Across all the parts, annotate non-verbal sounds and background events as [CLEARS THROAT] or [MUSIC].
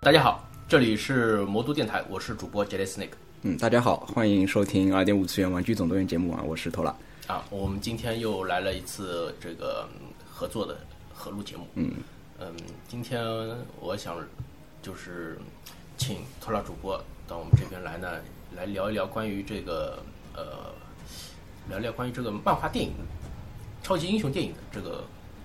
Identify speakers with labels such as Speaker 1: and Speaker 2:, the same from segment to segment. Speaker 1: 大家好，这里是魔都电台，我是主播 Jelly Snake
Speaker 2: 嗯，大家好，欢迎收听二点五次元玩具总动员节目啊，我是头啦。
Speaker 1: 啊。我们今天又来了一次这个嗯合作的合录节目。嗯今天我想就是请托拉主播到我们这边来呢，来聊一聊关于这个呃，聊聊关于这个漫画电影、超级英雄电影的这个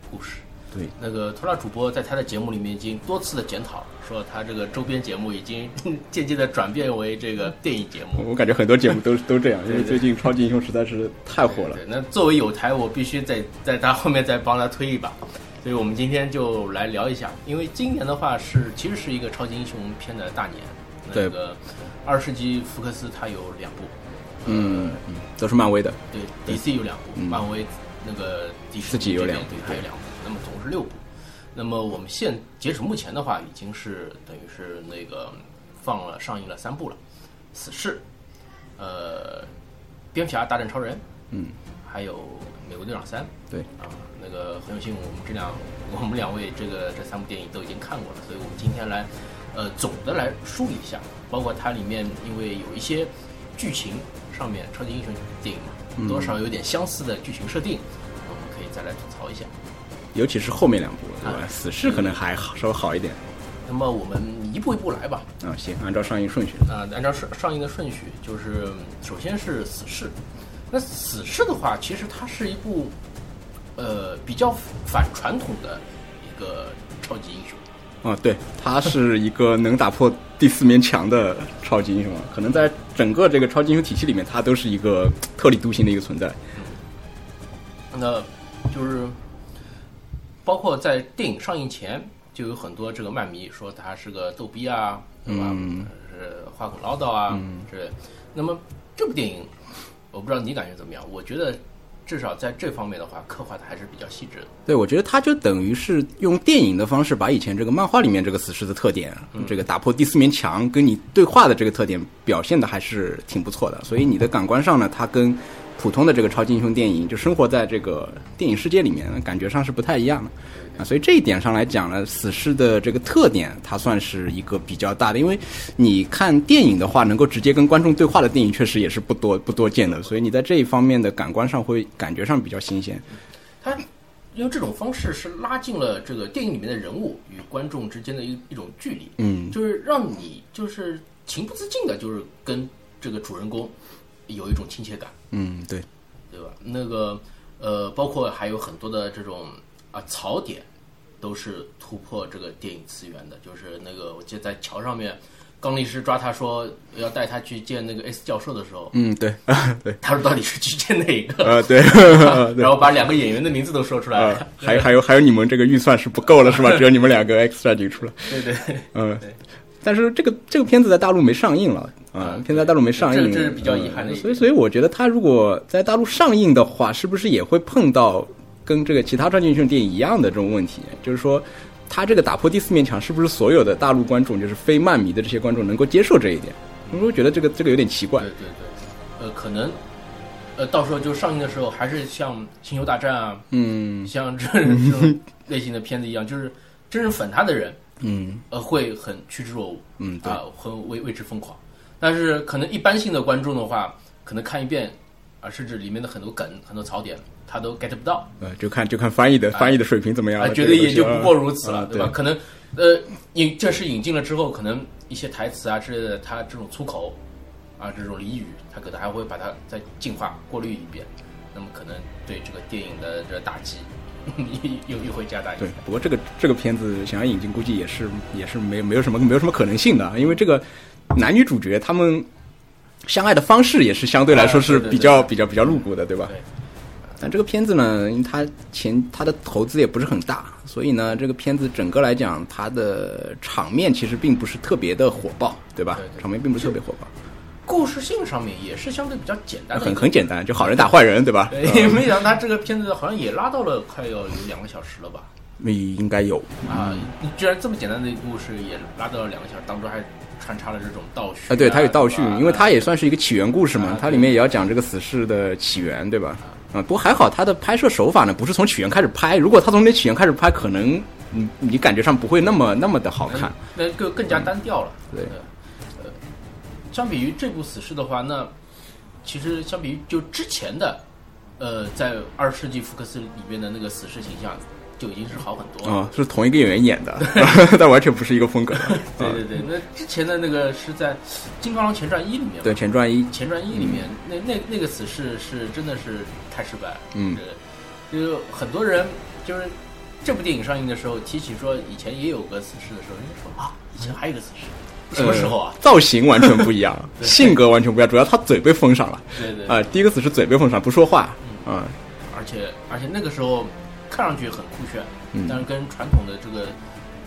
Speaker 1: 故事。
Speaker 2: 对，
Speaker 1: 那个托拉主播在他的节目里面已经多次的检讨，说他这个周边节目已经 [LAUGHS] 渐渐的转变为这个电影节目。
Speaker 2: 我感觉很多节目都都这样，因为最近超级英雄实在是太火了
Speaker 1: 对，。那作为有台，我必须在在他后面再帮他推一把。所以我们今天就来聊一下，因为今年的话是其实是一个超级英雄片的大年。那
Speaker 2: 对
Speaker 1: 个二十级福克斯它有两部，
Speaker 2: 嗯，嗯都是漫威的。
Speaker 1: 对，DC 有两部，漫威那个 DC
Speaker 2: 自嗯己有
Speaker 1: 这边
Speaker 2: 两部
Speaker 1: 对，
Speaker 2: 对
Speaker 1: 还有两部，那么总是六部。那么我们现截止目前的话，已经是等于是那个放了上映了三部了，《死侍》，呃，《蝙蝠侠大战超人》，
Speaker 2: 嗯，
Speaker 1: 还有《美国队长三》。
Speaker 2: 对，
Speaker 1: 啊，那个很有幸，我们这两我们两位这个这三部电影都已经看过了，所以我们今天来，呃，总的来梳理一下，包括它里面因为有一些剧情上面超级英雄电影嘛，多少有点相似的剧情设定，我们可以再来吐槽一下。
Speaker 2: 尤其是后面两部，对
Speaker 1: 啊
Speaker 2: 吧？死侍可能还好，稍微好一点。
Speaker 1: 那么我们一步一步来吧，
Speaker 2: 啊，行，按照上映顺序。
Speaker 1: 呃，按照上上映的顺序，就是首先是《死侍》。那《死侍》的话，其实它是一部呃比较反传统的一个超级英雄。
Speaker 2: 啊，对，他是一个能打破第四面墙的超级英雄啊，可能在整个这个超级英雄体系里面，他都是一个特立独行的一个存在。
Speaker 1: 那就是包括在电影上映前，就有很多这个漫迷说他是个逗逼啊，对吧？
Speaker 2: 嗯
Speaker 1: 是话很唠叨啊，之类的。那么这部电影，我不知道你感觉怎么样？我觉得至少在这方面的话，刻画的还是比较细致的。
Speaker 2: 对，我觉得他就等于是用电影的方式，把以前这个漫画里面这个死侍的特点，这个打破第四面墙跟你对话的这个特点，表现的还是挺不错的。所以你的感官上呢，它跟普通的这个超级英雄电影，就生活在这个电影世界里面，感觉上是不太一样的。啊，所以这一点上来讲呢，死侍的这个特点，它算是一个比较大的，因为你看电影的话，能够直接跟观众对话的电影确实也是不多不多见的，所以你在这一方面的感官上会感觉上比较新鲜。
Speaker 1: 他用这种方式是拉近了这个电影里面的人物与观众之间的一一种距离，
Speaker 2: 嗯，
Speaker 1: 就是让你就是情不自禁的，就是跟这个主人公有一种亲切感。
Speaker 2: 嗯，对。
Speaker 1: 对吧？那个呃，包括还有很多的这种啊槽点，都是突破这个电影次元的。就是那个，我记得在桥上面，刚律师抓他说要带他去见那个 S 教授的时候，
Speaker 2: 嗯，对，对，
Speaker 1: 他说到底是去见哪 [LAUGHS] 一个？
Speaker 2: 呃，对， [LAUGHS]
Speaker 1: 然后把两个演员的名字都说出来
Speaker 2: 呃
Speaker 1: 了。， [LAUGHS]
Speaker 2: 还有还有还有，你们这个预算是不够了是吧？只有你们两个 X 战警出来，
Speaker 1: 对对，
Speaker 2: 嗯
Speaker 1: 对，
Speaker 2: 但是这个这个片子在大陆没上映了，啊，片子在大陆没上
Speaker 1: 这
Speaker 2: 映，
Speaker 1: 这是比较遗憾的
Speaker 2: 嗯
Speaker 1: 一点
Speaker 2: 所以所以我觉得它如果在大陆上映的话，是不是也会碰到跟这个其他超级英雄电影一样的这种问题？就是说。它这个打破第四面墙，是不是所有的大陆观众，就是非漫迷的这些观众能够接受这一点？我会觉得这个这个有点奇怪
Speaker 1: 对。对对，呃，可能呃，到时候就上映的时候，还是像《星球大战》啊，
Speaker 2: 嗯
Speaker 1: [LAUGHS] 像这这种类型的片子一样，就是真正粉他的人，
Speaker 2: [LAUGHS] 嗯
Speaker 1: 呃，会很趋之若鹜，
Speaker 2: 嗯，对
Speaker 1: 啊，很为为之疯狂。但是可能一般性的观众的话，可能看一遍啊，甚至里面的很多梗、很多槽点，他都 get 不到，
Speaker 2: 呃，就看就看翻译的翻译的水平怎么样
Speaker 1: 啊，
Speaker 2: 了，
Speaker 1: 觉得
Speaker 2: 这个东
Speaker 1: 也
Speaker 2: 西
Speaker 1: 就
Speaker 2: 啊
Speaker 1: 不过如此了，
Speaker 2: 啊
Speaker 1: 对吧？可能呃，引这是引进了之后，可能一些台词啊之类的，他这种粗口啊，这种俚语，他可能还会把它再进化、过滤一遍，那么可能对这个电影的这个打击 [LAUGHS] 又又会加大一些
Speaker 2: 对。，不过这个这个片子想要引进，估计也是也是没没有什么没有什么可能性的，啊因为这个男女主角他们相爱的方式也是相对来说
Speaker 1: 啊
Speaker 2: 是
Speaker 1: 对对
Speaker 2: 比较、比较比较露骨的，对吧？
Speaker 1: 对
Speaker 2: 但这个片子呢，因为它前它的投资也不是很大，所以呢，这个片子整个来讲，它的场面其实并不是特别的火爆，对吧？
Speaker 1: 对对
Speaker 2: 场面并不是特别火爆，
Speaker 1: 故事性上面也是相对比较简单的一
Speaker 2: 很
Speaker 1: 个
Speaker 2: 很简单，就好人打坏人，对吧？呃
Speaker 1: 对，没想到他这个片子好像也拉到了快要有两个小时了吧？
Speaker 2: 嗯应该有，
Speaker 1: 啊，你居然这么简单的一个故事也拉到了两个小时，当中还穿插了这种倒叙
Speaker 2: 啊，对，它有倒
Speaker 1: 对
Speaker 2: 叙
Speaker 1: 吧，
Speaker 2: 因为它也算是一个起源故事
Speaker 1: 啊
Speaker 2: 嘛，它里面也要讲这个死侍的起源，对吧？啊，不过还好，它的拍摄手法呢不是从起源开始拍，如果它从那起源开始拍，可能你你感觉上不会那么那么的好看。
Speaker 1: 嗯
Speaker 2: 嗯
Speaker 1: 那更更加单调了。
Speaker 2: 对
Speaker 1: 呃，呃相比于这部《死侍》的话，那其实相比于就之前的，呃，在二十世纪福克斯里边的那个死侍形象，就已经是好很多了。
Speaker 2: 啊、是同一个演员演的， [LAUGHS] 但完全不是一个风格。
Speaker 1: [LAUGHS]
Speaker 2: 啊
Speaker 1: 对对对，那之前的那个是在《金刚狼前传一》里面嘛，
Speaker 2: 对，前传一，
Speaker 1: 前传一里面，那那那个死侍是真的是太失败了。
Speaker 2: 嗯
Speaker 1: 对，就是很多人就是这部电影上映的时候提起说以前也有个死侍的时候，人家说啊，以前还有个死侍，什么时候啊
Speaker 2: 嗯呃？造型完全不
Speaker 1: [LAUGHS]
Speaker 2: 一样，性格完全不一样，主要他嘴被封上了。
Speaker 1: 对对嗯
Speaker 2: 啊、第一个死是嘴被封上，不说话。啊、
Speaker 1: 而且而且那个时候看上去很酷炫，
Speaker 2: 嗯
Speaker 1: 但是跟传统的这个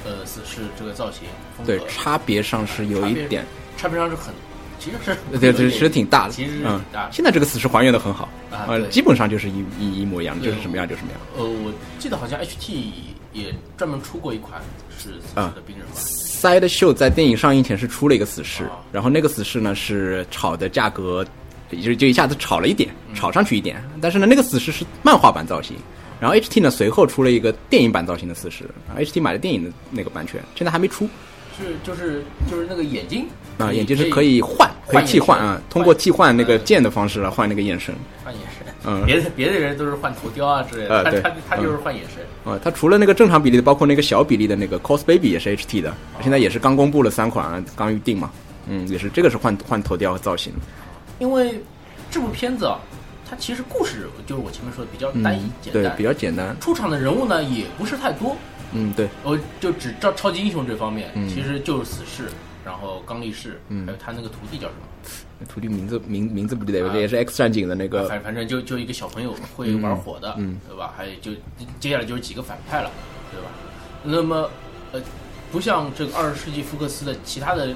Speaker 1: 呃死侍这个造型风格
Speaker 2: 对，差别上是有一点，
Speaker 1: 差别上是很，其实是
Speaker 2: 对，
Speaker 1: 有一
Speaker 2: 对，
Speaker 1: 点
Speaker 2: 其实挺大的，
Speaker 1: 其实是
Speaker 2: 嗯
Speaker 1: 挺大的，
Speaker 2: 现在这个死是还原的很好，
Speaker 1: 啊
Speaker 2: 呃
Speaker 1: 对
Speaker 2: 基本上就是一一一模一样，
Speaker 1: 对
Speaker 2: 就是什么样就什么样。
Speaker 1: 呃，我记得好像 HT 也专门出过一款是死侍
Speaker 2: 啊
Speaker 1: 的冰人款，
Speaker 2: Side Show 在电影上映前是出了一个死侍
Speaker 1: 啊，
Speaker 2: 然后那个死侍呢是炒的价格，就就一下子炒了一点，
Speaker 1: 嗯
Speaker 2: 炒上去一点。但是呢，那个死侍是漫画版造型，然后 HT 呢随后出了一个电影版造型的死侍然后，HT 买了电影的那个版权，现在还没出
Speaker 1: 是就是就是那个眼睛
Speaker 2: 啊，眼睛是可以换，可以
Speaker 1: 换
Speaker 2: 替换
Speaker 1: 眼神
Speaker 2: 啊，通过替换那个
Speaker 1: 嗯
Speaker 2: 剑的方式来换那个眼神
Speaker 1: 换眼神，
Speaker 2: 嗯
Speaker 1: 别的别的人都是换头雕啊之类的，
Speaker 2: 啊
Speaker 1: 他
Speaker 2: 对
Speaker 1: 他他就是
Speaker 2: 嗯
Speaker 1: 换眼神，
Speaker 2: 啊。它除了那个正常比例的，包括那个小比例的那个 Cos Baby 也是 HT 的，现在也是刚公布了三款啊，刚预定嘛，嗯，也是这个是换换头雕和造型。
Speaker 1: 因为这部片子啊，它其实故事就是我前面说的比较单一、
Speaker 2: 嗯，
Speaker 1: 简
Speaker 2: 对，
Speaker 1: 单
Speaker 2: 比，较简单。
Speaker 1: 出场的人物呢也不是太多，
Speaker 2: 嗯，对，
Speaker 1: 我呃就只照超级英雄这方面，
Speaker 2: 嗯
Speaker 1: 其实就是死侍，然后刚力士，
Speaker 2: 嗯
Speaker 1: 还有他那个徒弟叫什么？
Speaker 2: 徒弟名字名名字不记得
Speaker 1: 啊
Speaker 2: 了，也是 X 战警的那个
Speaker 1: 反反正就就一个小朋友会玩火的，
Speaker 2: 嗯嗯
Speaker 1: 对吧？还有就接下来就是几个反派了，对吧？那么呃，不像这个二十世纪福克斯的其他的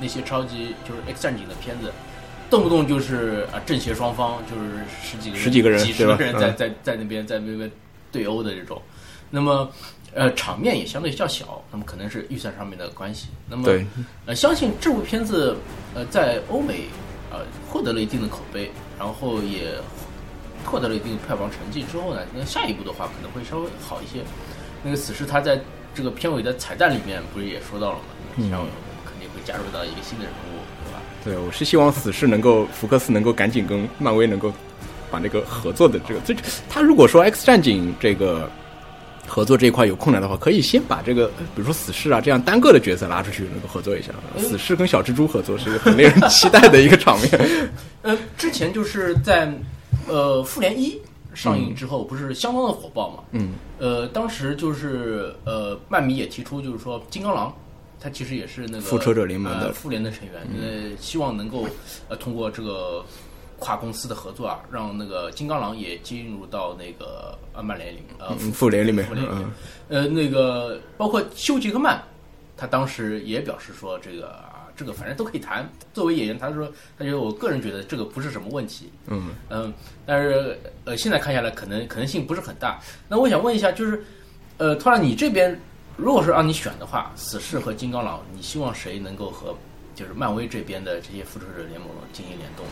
Speaker 1: 那些超级就是 X 战警的片子。动不动就是啊，正邪双方就是十几个人、
Speaker 2: 十几个人
Speaker 1: 几十个
Speaker 2: 对
Speaker 1: 人
Speaker 2: 吧
Speaker 1: 在
Speaker 2: 嗯
Speaker 1: 在在那边在那边对殴的这种，那么呃场面也相对较小，那么可能是预算上面的关系。那么
Speaker 2: 对，
Speaker 1: 呃，相信这部片子呃在欧美呃获得了一定的口碑，然后也获得了一定的票房成绩之后呢，那下一步的话可能会稍微好一些。那个死侍他在这个片尾的彩蛋里面不是也说到了吗？
Speaker 2: 嗯
Speaker 1: 然后肯定会加入到一个新的人物，对吧？
Speaker 2: 对，我是希望死侍能够福克斯能够赶紧跟漫威能够把那个合作的这个，这他如果说 X 战警这个。合作这一块有困难的话，可以先把这个，比如说死侍啊这样单个的角色拉出去，能够合作一下。死侍跟小蜘蛛合作是一个很令人期待的一个场面。
Speaker 1: 呃，之前就是在呃《复联一》上映之后，不是相当的火爆嘛？
Speaker 2: 嗯，
Speaker 1: 呃，当时就是呃，漫迷也提出，就是说金刚狼，他其实也是那个
Speaker 2: 复仇者联盟的嗯
Speaker 1: 呃复联的成员，呃，希望能够呃通过这个跨公司的合作啊，让那个金刚狼也进入到那个呃曼联里面，呃，
Speaker 2: 嗯复联里面
Speaker 1: 复联里面
Speaker 2: 嗯，
Speaker 1: 呃，那个包括休·杰克曼，他当时也表示说这个。啊这个反正都可以谈。作为演员，他说，他觉得我个人觉得这个不是什么问题。
Speaker 2: 嗯，
Speaker 1: 嗯，但是呃，现在看下来，可能可能性不是很大。那我想问一下，就是呃，突然你这边如果是让你选的话，死侍和金刚狼，你希望谁能够和就是漫威这边的这些复仇者联盟进行联动？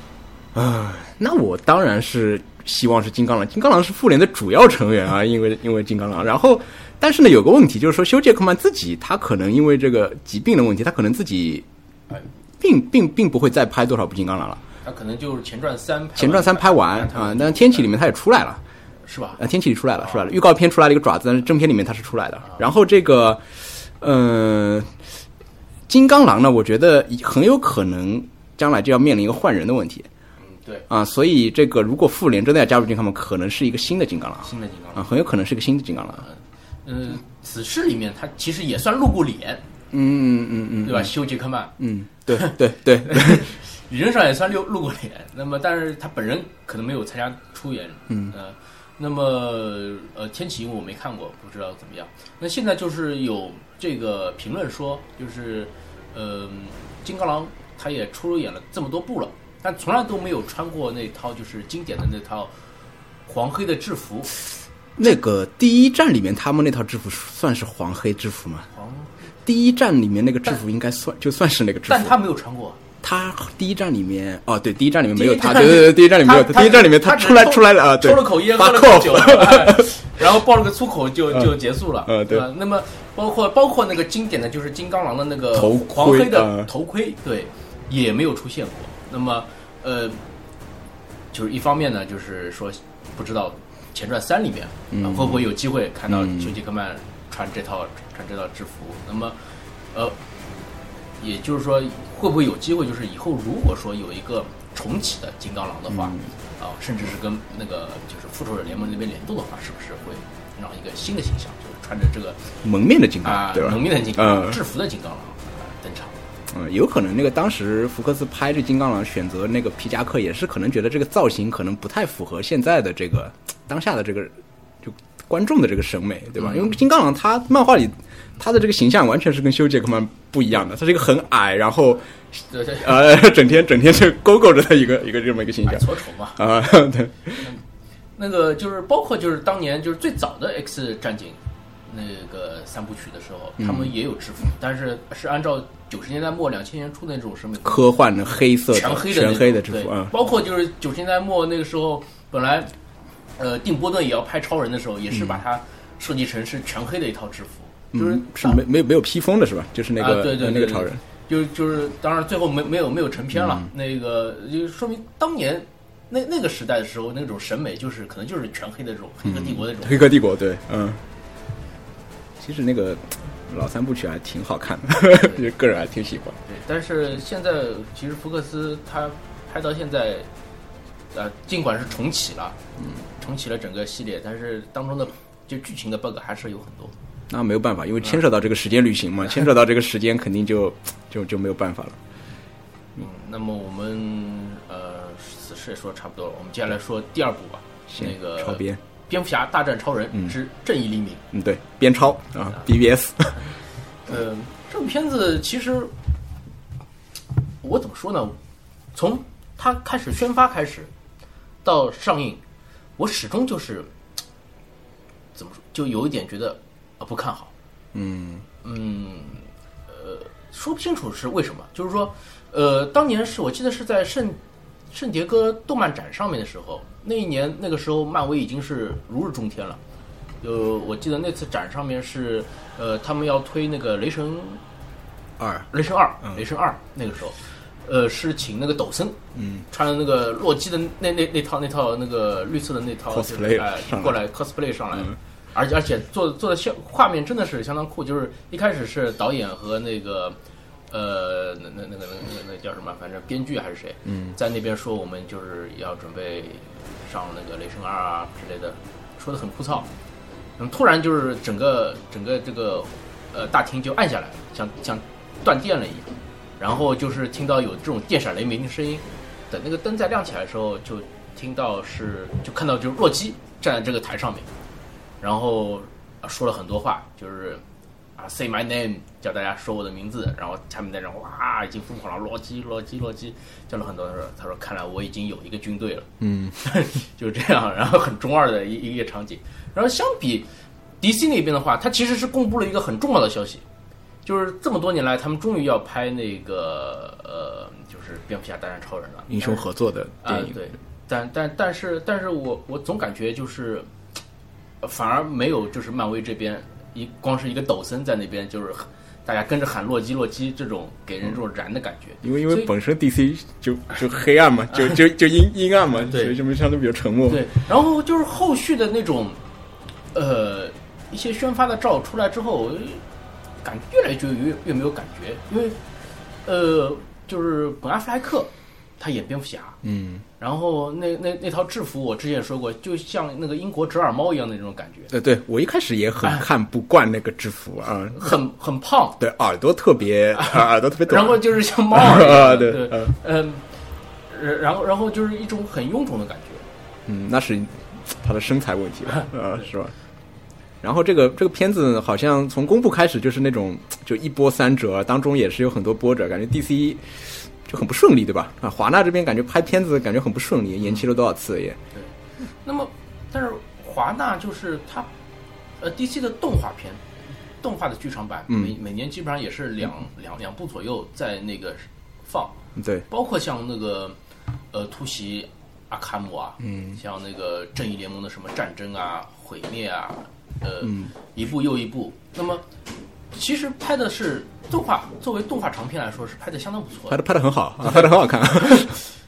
Speaker 2: 啊，那我当然是希望是金刚狼。金刚狼是复联的主要成员啊，因为因为金刚狼。然后，但是呢，有个问题就是说，休·杰克曼自己他可能因为这个疾病的问题，他可能自己
Speaker 1: 哎，
Speaker 2: 并并并不会再拍多少部金刚狼了。
Speaker 1: 他可能就是前传三拍完，
Speaker 2: 前传三拍完啊，但是天启里面他也出来了。
Speaker 1: 是吧？
Speaker 2: 啊，天啊气里出来了，出来了，预告片出来了一个爪子，但是正片里面它是出来的。然后这个，呃，金刚狼呢，我觉得很有可能将来就要面临一个换人的问题。
Speaker 1: 嗯，对，
Speaker 2: 啊，所以这个如果复联真的要加入金刚狼，可能是一个新的金刚狼
Speaker 1: 新的金刚
Speaker 2: 啊，
Speaker 1: 狼。
Speaker 2: 很有可能是一个新的金刚狼。啊
Speaker 1: 嗯，死侍里面他其实也算露过脸，
Speaker 2: 嗯嗯嗯嗯，
Speaker 1: 对吧？休·杰克曼，
Speaker 2: [LAUGHS] 嗯，对对对，
Speaker 1: 理论上也算露露过脸，那么但是他本人可能没有参加出演，嗯呃，那么呃天启我没看过，不知道怎么样。那现在就是有这个评论说，就是呃金刚狼他也出演了这么多部了，但从来都没有穿过那套就是经典的那套黄黑的制服，
Speaker 2: [LAUGHS] 那个第一站里面他们那套制服算是黄黑制服吗？
Speaker 1: 黄，
Speaker 2: 第一站里面那个制服应该算就算是那个制服，
Speaker 1: 但他没有穿过，
Speaker 2: 他第一站里面，哦，对，第一站里面没有
Speaker 1: 第一
Speaker 2: 他，
Speaker 1: 站
Speaker 2: 对对对，第一站里面没有
Speaker 1: 他
Speaker 2: 第一站里面
Speaker 1: 他
Speaker 2: 出来
Speaker 1: 只抽
Speaker 2: 出来了啊，对， [LAUGHS]
Speaker 1: 抽了口烟，
Speaker 2: 把
Speaker 1: 喝了
Speaker 2: 扣
Speaker 1: 口酒，哎然然后爆了个粗口就就结束了。
Speaker 2: 嗯对
Speaker 1: 吧那么包括包括那个经典的就是金刚狼的那个
Speaker 2: 头盔
Speaker 1: 黄黑的
Speaker 2: 嗯
Speaker 1: 头盔，对，也没有出现过。那么呃，就是一方面呢，就是说不知道前传三里面、呃会不会有机会看到
Speaker 2: 嗯
Speaker 1: 休杰克曼穿这套穿这套制服。那么呃，也就是说，会不会有机会，就是以后如果说有一个重启的金刚狼的
Speaker 2: 嗯
Speaker 1: 话，啊，甚至是跟那个就是复仇者联盟那边联动的话，是不是会让一个新的形象，就是穿着这个
Speaker 2: 蒙面的金刚，
Speaker 1: 啊
Speaker 2: 对吧？
Speaker 1: 蒙面的金刚狼、
Speaker 2: 嗯
Speaker 1: 制服的金刚狼、啊登场？
Speaker 2: 嗯，有可能那个当时福克斯拍这金刚狼选择那个皮夹克，也是可能觉得这个造型可能不太符合现在的这个当下的这个就观众的这个审美，对吧？因为
Speaker 1: 嗯
Speaker 2: 金刚狼他漫画里他的这个形象完全是跟修杰克曼不一样的，他是一个很矮，然后
Speaker 1: 对对，
Speaker 2: 呃整天整天就勾勾着的一个一个这么一个形
Speaker 1: 矮
Speaker 2: 象
Speaker 1: 矬丑嘛。
Speaker 2: 啊、对，
Speaker 1: 那个就是包括就是当年就是最早的 X 战警那个三部曲的时候，
Speaker 2: 嗯
Speaker 1: 他们也有制服，但是是按照九十年代末两千年初的那种审美观
Speaker 2: 科幻的黑色的
Speaker 1: 全黑的那
Speaker 2: 全
Speaker 1: 种
Speaker 2: 黑的制
Speaker 1: 对
Speaker 2: 服啊，
Speaker 1: 包括就是九十年代末那个时候，本来呃定波顿也要拍超人的时候，也是把它设计成是全黑的一套制服，就是啊
Speaker 2: 嗯是没没有没有披风的是吧？就是那个、
Speaker 1: 啊、对对
Speaker 2: 呃
Speaker 1: 对
Speaker 2: 那个
Speaker 1: 对
Speaker 2: 超人，嗯
Speaker 1: 就是就是，当然最后没没有没有成片了。那个就说明当年那那个时代的时候，那种审美就是可能就是全黑的这种黑客帝国那种。
Speaker 2: 黑客帝国》对，嗯，其实那个老三部曲还挺好看的， [LAUGHS] 就是个人还挺喜欢。
Speaker 1: 对，但是现在其实福克斯他拍到现在，呃，尽管是重启了，嗯，重启了整个系列，但是当中的就剧情的 bug 还是有很多。
Speaker 2: 那没有办法，因为牵扯到这个时间旅行嘛，牵扯到这个时间，肯定就就就没有办法了。
Speaker 1: 嗯，那么我们呃此事也说得差不多了，我们接下来说第二部吧。
Speaker 2: 行
Speaker 1: 那个
Speaker 2: 超编，
Speaker 1: 蝙蝠侠大战超人之正义黎明。
Speaker 2: 嗯，对，边超啊，BBS，
Speaker 1: 呃，这部片子其实我怎么说呢？从它开始宣发开始到上映，我始终就是怎么说，就有一点觉得啊不看好。呃
Speaker 2: 嗯
Speaker 1: 说不清楚是为什么，就是说，呃，当年是我记得是在圣圣迭戈动漫展上面的时候，那一年那个时候漫威已经是如日中天了。呃，我记得那次展上面是，呃，他们要推那个雷神
Speaker 2: [LAUGHS] 二，
Speaker 1: 雷神二，雷神二那个时候，呃，是请那个抖森，
Speaker 2: 嗯，
Speaker 1: 穿的那个洛基的那那那套那套那个绿色的那套
Speaker 2: Cosplay
Speaker 1: 就是哎
Speaker 2: 上来
Speaker 1: 过来 cosplay 上来
Speaker 2: 嗯，
Speaker 1: 而且而且做做的效画面真的是相当酷，就是一开始是导演和那个。呃，那那那个那个那个叫什么？反正编剧还是谁，嗯，在那边说我们就是要准备上那个《雷神二》啊之类的，说的很枯燥。那么突然就是整个整个这个呃大厅就暗下来了，像像断电了一样。然后就是听到有这种电闪雷鸣的声音，等那个灯再亮起来的时候，就听到是就看到就是洛基站在这个台上面，然后啊说了很多话，就是啊 say my name，叫大家说我的名字，然后下面的人哇已经疯狂了，洛基洛基洛基叫了很多人，他说看来我已经有一个军队了，
Speaker 2: 嗯，
Speaker 1: [LAUGHS] 就是这样，然后很中二的一一个场景。然后相比 DC 那边的话，它其实是公布了一个很重要的消息，就是这么多年来，他们终于要拍那个呃，就是蝙蝠侠大战超人了，
Speaker 2: 英雄合作的
Speaker 1: 啊、
Speaker 2: 电影，
Speaker 1: 对，但但但是但是我我总感觉就是，呃反而没有就是漫威这边一光是一个抖森在那边就是大家跟着喊洛基洛基这种给人这种燃的感觉，
Speaker 2: 嗯因为因
Speaker 1: 所
Speaker 2: 为
Speaker 1: 以
Speaker 2: 本身 DC 就就黑暗 [LAUGHS] 嘛，就就就阴阴暗嘛，
Speaker 1: 对
Speaker 2: 所以这么相对比较沉默。
Speaker 1: 对，然后就是后续的那种，呃，一些宣发的照出来之后，呃感觉越来就越越没有感觉，因为呃，就是本阿弗莱克他演蝙蝠侠，
Speaker 2: 嗯，
Speaker 1: 然后那那那套制服我之前也说过，就像那个英国折耳猫一样的那种感觉，
Speaker 2: 呃，对我一开始也很看不惯那个制服啊，
Speaker 1: 很很胖，
Speaker 2: 对，耳朵特 [LAUGHS] 别，啊耳朵特别短，
Speaker 1: 然后就是像猫儿一样
Speaker 2: 啊对
Speaker 1: 的，对，
Speaker 2: 嗯
Speaker 1: 嗯、呃然后然后就是一种很臃肿的感觉。
Speaker 2: 嗯，那是他的身材问题吧，啊，是吧？然后这个这个片子好像从公布开始就是那种就一波三折，当中也是有很多波折，感觉 DC 就很不顺利，对吧？啊，华纳这边感觉拍片子感觉很不顺利，延期了多少次也，
Speaker 1: 那么，但是华纳就是它，呃，DC 的动画片，动画的剧场版，每每年基本上也是两两两部左右在那个放，
Speaker 2: 对，
Speaker 1: 包括像那个呃突袭阿卡姆啊，嗯，像那个正义联盟的什么战争啊、毁灭啊，呃，一部又一部。那么其实拍的是动画，作为动画长片来说是拍的相当不错
Speaker 2: 拍
Speaker 1: 的，
Speaker 2: 的拍的很好，啊，拍的很好看。 [LAUGHS]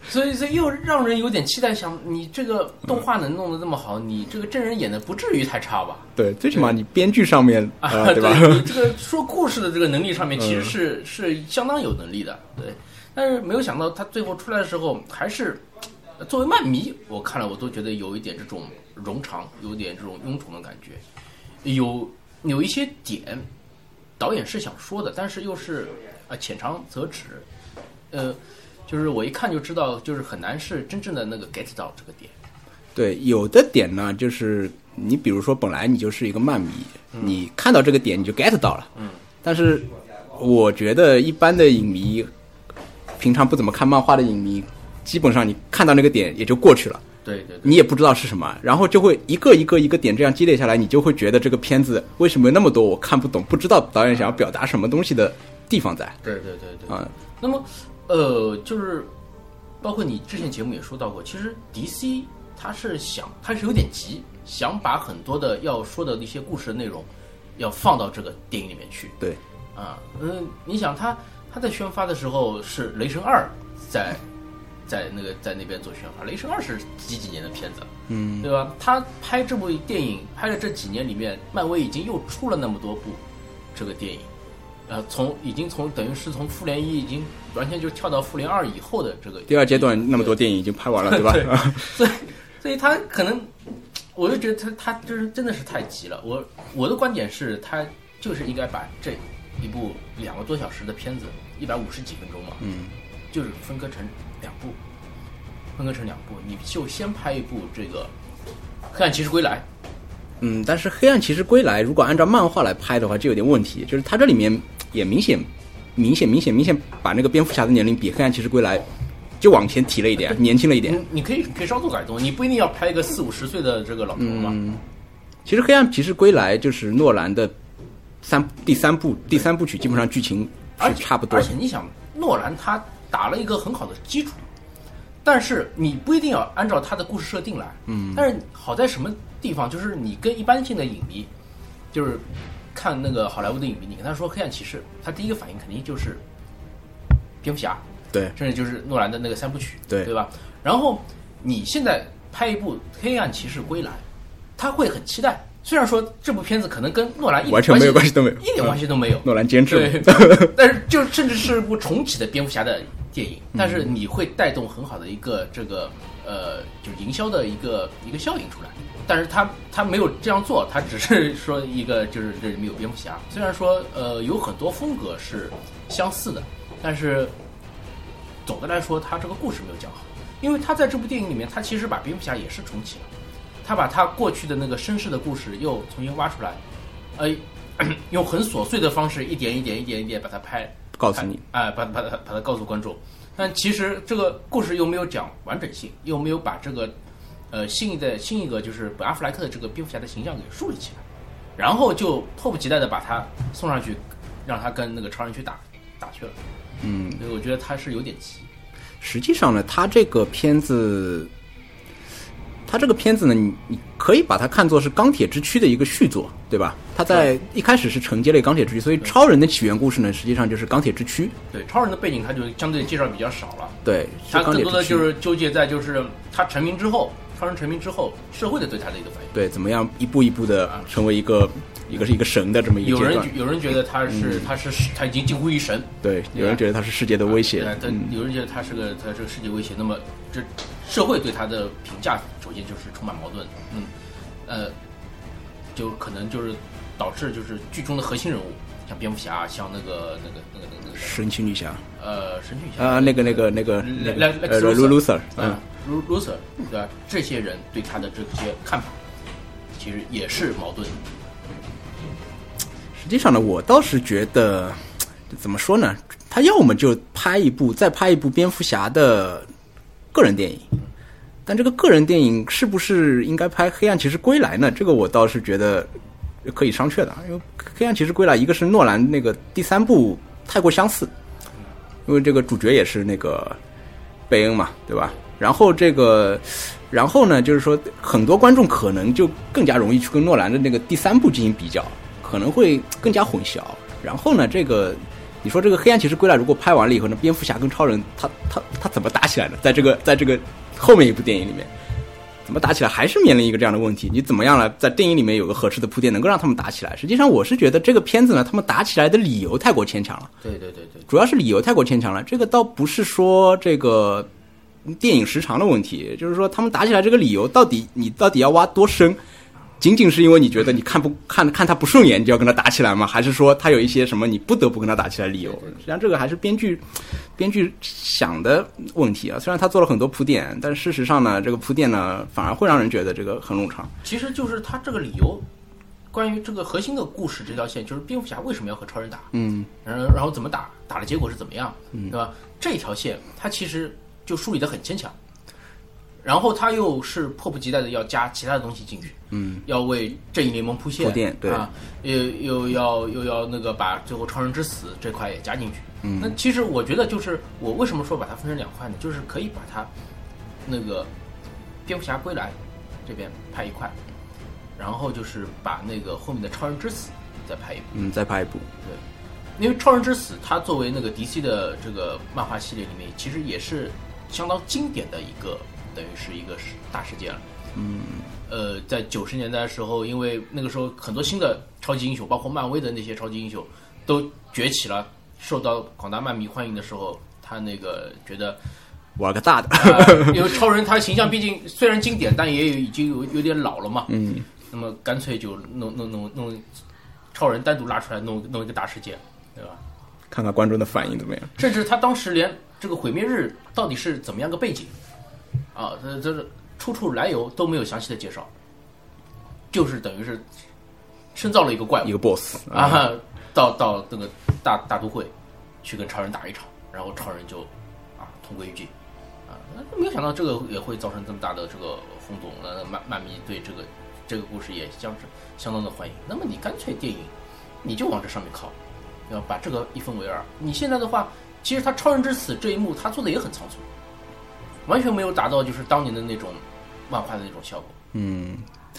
Speaker 1: 所以所以又让人有点期待，想你这个动画能弄得这么好，你这个真人演的不至于太差吧？
Speaker 2: 对，最起码你编剧上面啊、
Speaker 1: 啊，
Speaker 2: 对吧？嗯
Speaker 1: 你这
Speaker 2: [LAUGHS]
Speaker 1: 个说故事的这个能力上面，其实是、是相当有能力的，对。但是没有想到他最后出来的时候，还是呃作为漫迷，我看了我都觉得有一点这种冗长，有点这种臃肿的感觉，有有一些点导演是想说的，但是又是啊浅尝辄止，呃，就是我一看就知道，就是很难是真正的那个 get 到这个点。
Speaker 2: 对，有的点呢，就是你比如说，本来你就是一个漫迷，你看到这个点你就 get 到了。嗯。但是我觉得一般的影迷，平常不怎么看漫画的影迷，基本上你看到那个点也就过去了，
Speaker 1: 对对对，
Speaker 2: 你也不知道是什么，然后就会一个一个一个点这样积累下来，你就会觉得这个片子为什么有那么多我看不懂，不知道导演想要表达什么东西的地方在
Speaker 1: 对对对对。
Speaker 2: 啊、
Speaker 1: 那么，呃，就是包括你之前节目也说到过，其实 DC 它是想，它是有点急，想把很多的要说的一些故事的内容，要放到这个电影里面去
Speaker 2: 对，
Speaker 1: 啊。嗯，你想他他在宣发的时候是《雷神二》在在那个在那边做宣发，《雷神二》是几几年的片子，嗯，对吧？他拍这部电影拍了这几年里面，漫威已经又出了那么多部这个电影。呃，从已经从等于是从复联一已经完全就跳到复联二以后的这个
Speaker 2: 第二阶段那么多电影已经拍完了， [LAUGHS] 对吧？
Speaker 1: 所以， [LAUGHS] 所以他可能，我就觉得他他就是真的是太急了。我我的观点是，他就是应该把这一部两个多小时的片子，一百五十几分钟嘛，
Speaker 2: 嗯，
Speaker 1: 就是分割成两部，分割成两部，你就先拍一部这个《黑暗骑士归来》，
Speaker 2: 嗯，但是《黑暗骑士归来》如果按照漫画来拍的话，就有点问题，就是它这里面也明显、明显、明显、明显把那个蝙蝠侠的年龄比《黑暗骑士归来》就往前提了一点， [LAUGHS] 年轻了一点。
Speaker 1: 你你可以可以稍作改动，你不一定要拍一个四五十岁的这个老头嘛。
Speaker 2: 其实《黑暗骑士归来》就是诺兰的三第三部第三部曲，基本上剧情
Speaker 1: 而
Speaker 2: 是
Speaker 1: 且
Speaker 2: 差不多
Speaker 1: 而。且你想，诺兰他打了一个很好的基础，但是你不一定要按照他的故事设定来。嗯。但是好在什么地方？就是你跟一般性的影迷，就是看那个好莱坞的影迷，你跟他说《黑暗骑士》，他第一个反应肯定就是蝙蝠侠，
Speaker 2: 对
Speaker 1: 甚至就是诺兰的那个三部曲，
Speaker 2: 对
Speaker 1: 对吧？然后你现在拍一部《黑暗骑士归来》，他会很期待。虽然说这部片子可能跟诺兰一点
Speaker 2: 完全没有关系都没有嗯
Speaker 1: 一点关系都没有，
Speaker 2: 诺兰监制 [LAUGHS]
Speaker 1: 对
Speaker 2: 嘛，
Speaker 1: 但是就甚至是部重启的蝙蝠侠的电影，但是你会带动很好的一个这个呃，就是营销的一个一个效应出来。但是他他没有这样做，他只是 [LAUGHS] 说一个就是这里面有蝙蝠侠，虽然说呃有很多风格是相似的，但是总的来说他这个故事没有讲好，因为他在这部电影里面，他其实把蝙蝠侠也是重启了，他把他过去的那个身世的故事又重新挖出来，呃，用很琐碎的方式，一点一点、一点一点把它拍，
Speaker 2: 告诉你，
Speaker 1: 哎，把把它把它告诉观众。但其实这个故事又没有讲完整性，又没有把这个呃新一代新一个就是本阿弗莱克的这个蝙蝠侠的形象给树立起来，然后就迫不及待的把他送上去，让他跟那个超人去打打去了。嗯，所以我觉得他是有点急。
Speaker 2: 实际上呢，它这个片子，它这个片子呢，你你可以把它看作是《钢铁之躯》的一个续作，对吧？它在一开始是承接了《钢铁之躯》，所以超人的起源故事呢，实际上就是《钢铁之躯》。
Speaker 1: 对超人的背景，他就相对介绍比较少了。
Speaker 2: 对，
Speaker 1: 他
Speaker 2: 钢
Speaker 1: 更
Speaker 2: 铁
Speaker 1: 多的
Speaker 2: 之躯
Speaker 1: 就是纠结在就是他成名之后，超人成名之后，社会的对他的一个反应。
Speaker 2: 对怎么样一步一步的成为一个一个是一个神的这么一个
Speaker 1: 啊有
Speaker 2: 阶
Speaker 1: 人
Speaker 2: 段嗯
Speaker 1: 觉。有人觉得他是、他是他已经近乎于神，
Speaker 2: 对，有人觉得他是世界的威胁
Speaker 1: 对啊，，但有人觉得他是个他这个世界威胁，那么这社会对他的评价首先就是充满矛盾，嗯，呃，就可能就是导致就是剧中的核心人物，像蝙蝠侠，像那个那个那个那个那个
Speaker 2: 神奇女侠
Speaker 1: 呃神奇女侠
Speaker 2: 啊，那个那个那个那
Speaker 1: 莱
Speaker 2: 个
Speaker 1: 莱
Speaker 2: 呃
Speaker 1: 莱
Speaker 2: 卢卢 Sir，嗯
Speaker 1: 啊，卢卢 Sir 对吧？这些人对他的这些看法，其实也是矛盾，
Speaker 2: 实际上呢，我倒是觉得怎么说呢？他要么就拍一部，再拍一部蝙蝠侠的个人电影，但这个个人电影是不是应该拍《黑暗骑士归来》呢？这个我倒是觉得可以商榷的，因为《黑暗骑士归来》一个是诺兰那个第三部太过相似，因为这个主角也是那个贝恩嘛，对吧？然后这个，然后呢，就是说很多观众可能就更加容易去跟诺兰的那个第三部进行比较，可能会更加混淆。然后呢，这个你说这个《黑暗骑士归来》如果拍完了以后呢，蝙蝠侠跟超人他他他怎么打起来的？在这个在这个后面一部电影里面。怎么打起来，还是面临一个这样的问题。你怎么样来在电影里面有个合适的铺垫，能够让他们打起来？实际上，我是觉得这个片子呢，他们打起来的理由太过牵强了，
Speaker 1: 对对对对，
Speaker 2: 主要是理由太过牵强了。这个倒不是说这个电影时长的问题，就是说他们打起来这个理由到底你到底要挖多深？仅仅是因为你觉得你看不看看他不顺眼，你就要跟他打起来吗？还是说他有一些什么你不得不跟他打起来的理由？实际上，这个还是编剧编剧想的问题啊。虽然他做了很多铺垫，但事实上呢，这个铺垫呢反而会让人觉得这个很冗长。
Speaker 1: 其实就是他这个理由，关于这个核心的故事这条线，就是蝙蝠侠为什么要和超人打，
Speaker 2: 嗯，
Speaker 1: 然后然后怎么打，打的结果是怎么样，对吧？这条线它其实就梳理的很牵强，然后他又是迫不及待的要加其他的东西进去，嗯，要为正义联盟铺线，
Speaker 2: 铺垫对
Speaker 1: 啊，又又要又要那个把最后超人之死这块也加进去，嗯，那其实我觉得就是我为什么说把它分成两块呢？就是可以把它那个蝙蝠侠归来这边拍一块，然后就是把那个后面的超人之死再拍一部。
Speaker 2: 嗯，再拍一部，
Speaker 1: 因为《超人之死》它作为那个 DC 的这个漫画系列里面，其实也是相当经典的一个，等于是一个事大事件了。嗯，呃，在九十年代的时候，因为那个时候很多新的超级英雄，包括漫威的那些超级英雄都崛起了，受到广大漫迷欢迎的时候，他那个觉得
Speaker 2: 玩个大的。
Speaker 1: 呃，因为超人他形象毕竟虽然经典，但也有已经有有点老了嘛。嗯，那么干脆就弄弄弄弄超人单独拉出来弄弄一个大事件，对吧？
Speaker 2: 看看观众的反应怎么样。
Speaker 1: 甚至他当时连这个毁灭日到底是怎么样个背景啊，这这出处来由都没有详细的介绍，就是等于是深造了一个怪物
Speaker 2: 一个 boss 啊，
Speaker 1: 啊，到到那个大大都会去跟超人打一场，然后超人就啊同归于尽啊，那没有想到这个也会造成这么大的这个轰动，那那漫漫迷对这个这个故事也相相当的欢迎。那么你干脆电影你就往这上面靠，要把这个一分为二。你现在的话，其实他超人之死这一幕他做的也很仓促，完全没有达到就是当年的那种漫画的那种效果。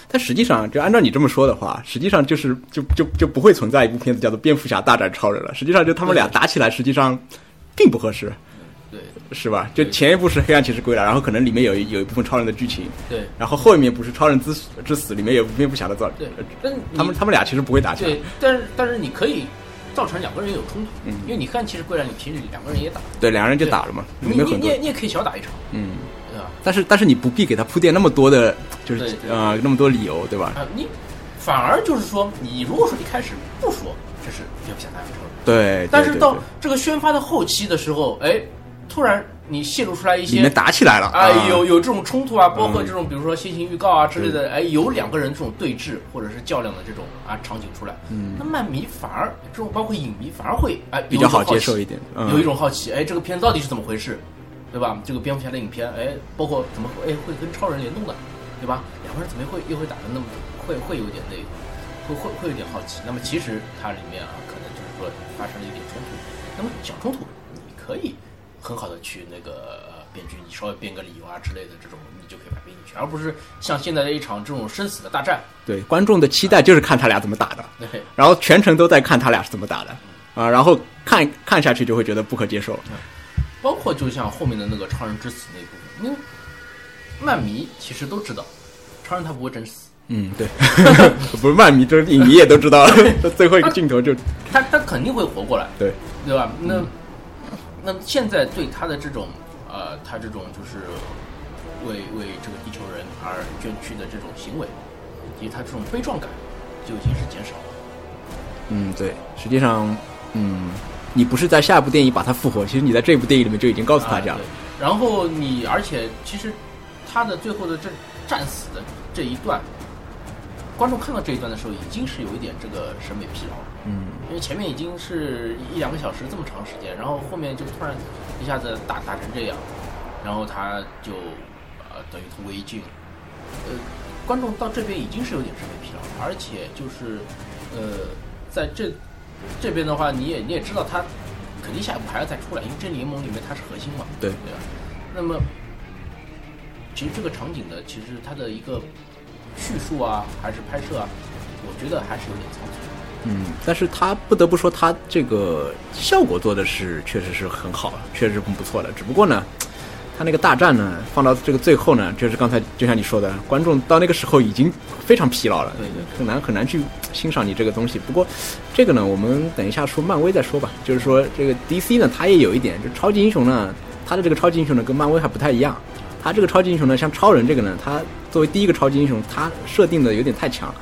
Speaker 2: 但实际上，就按照你这么说的话，实际上就是就就就不会存在一部片子叫做《蝙蝠侠大战超人》了。实际上，就他们俩打起来，实际上并不合适，
Speaker 1: 对
Speaker 2: 是吧？就前一部是《黑暗骑士归来》，然后可能里面有一有一部分超人的剧情，
Speaker 1: 对
Speaker 2: 然后后面不是超人之死之死里面有蝙蝠侠的造，
Speaker 1: 对，但你
Speaker 2: 他们他们俩其实不会打起来
Speaker 1: 对。，但是但是你可以造成两个人有冲突，
Speaker 2: 嗯
Speaker 1: 因为你看，其实归来，你其实两个人也打，
Speaker 2: 对，两个人就打了嘛，
Speaker 1: 你
Speaker 2: 里面
Speaker 1: 你
Speaker 2: 很
Speaker 1: 你
Speaker 2: 多
Speaker 1: 也。你也可以小打一场，嗯，对吧？
Speaker 2: 但是但是你不必给他铺垫那么多的，就是
Speaker 1: 对对
Speaker 2: 呃那么多理由，对吧？
Speaker 1: 啊，你反而就是说，你如果说一开始不说这是蝙蝠侠大战超人，
Speaker 2: 对，
Speaker 1: 但
Speaker 2: 对
Speaker 1: 是
Speaker 2: 对
Speaker 1: 到
Speaker 2: 对
Speaker 1: 这个宣发的后期的时候，哎，突然你泄露出来一
Speaker 2: 里
Speaker 1: 些
Speaker 2: 面。打起来了，
Speaker 1: 啊，
Speaker 2: 啊嗯
Speaker 1: 有有这种冲突啊，包括这种比如说先行预告啊之类的，哎，有两个人这种对峙或者是较量的这种啊场景出来，
Speaker 2: 嗯
Speaker 1: 那漫迷反而这种包括影迷反而会哎
Speaker 2: 比较好接
Speaker 1: 受
Speaker 2: 受一点，嗯
Speaker 1: 有一种好奇，哎，这个片到底是怎么回事，对吧？这个蝙蝠侠的影片，哎，包括怎么会哎会跟超人联动的，对吧？两个人怎么会又会打的那么会会有点那个，会会会有点好奇。那么其实它里面啊，可能就是说发生了一点冲突。那么小冲突，你可以很好的去那个呃编剧，你稍微编个理由啊之类的这种，你就可以把它编进去，而不是像现在的一场这种生死的大战。 [LAUGHS]
Speaker 2: 对观众的期待就是看他俩怎么打的。
Speaker 1: 对，
Speaker 2: 然后全程都在看他俩是怎么打的啊，然后看看下去就会觉得不可接受。
Speaker 1: 包括就像后面的那个超人之死那一部分，因为漫迷其实都知道，超人他不会真死，
Speaker 2: 嗯，对， [LAUGHS] 不是漫迷，就是影迷也都知道 [LAUGHS] 了。最后一个镜头就
Speaker 1: 他他肯定会活过来，
Speaker 2: 对，嗯
Speaker 1: 对吧？那、那现在对他的这种呃，他这种就是为为这个地球人而捐躯的这种行为，以及他这种悲壮感，就已经是减少了。
Speaker 2: 嗯，对，实际上，嗯，你不是在下一部电影把他复活，其实你在这部电影里面就已经告诉大家
Speaker 1: 啊
Speaker 2: 了。
Speaker 1: 对然后你而且其实他的最后的这战死的这一段，观众看到这一段的时候，已经是有一点这个审美疲劳了。
Speaker 2: 嗯，
Speaker 1: 因为前面已经是一两个小时这么长时间，然后后面就突然一下子打打成这样，然后他就呃等于同归于尽了。呃，观众到这边已经是有点审美疲劳了，而且就是呃在这这边的话，你也你也知道他肯定下一步还要再出来，因为这联盟里面它是核心嘛，
Speaker 2: 对
Speaker 1: 对吧？那么其实这个场景的，其实它的一个叙述啊，还是拍摄啊，我觉得还是有点仓促。
Speaker 2: 嗯，但是他不得不说，他这个效果做的是确实是很好，确实很不错的。只不过呢，他那个大战呢，放到这个最后呢，就是刚才就像你说的，观众到那个时候已经非常疲劳了，
Speaker 1: 对对
Speaker 2: 很难很难去欣赏你这个东西。不过这个呢，我们等一下说漫威再说吧。就是说这个 DC 呢，它也有一点，就超级英雄呢，它的这个超级英雄呢跟漫威还不太一样。它这个超级英雄呢，像超人这个呢，他作为第一个超级英雄，他设定的有点太强了。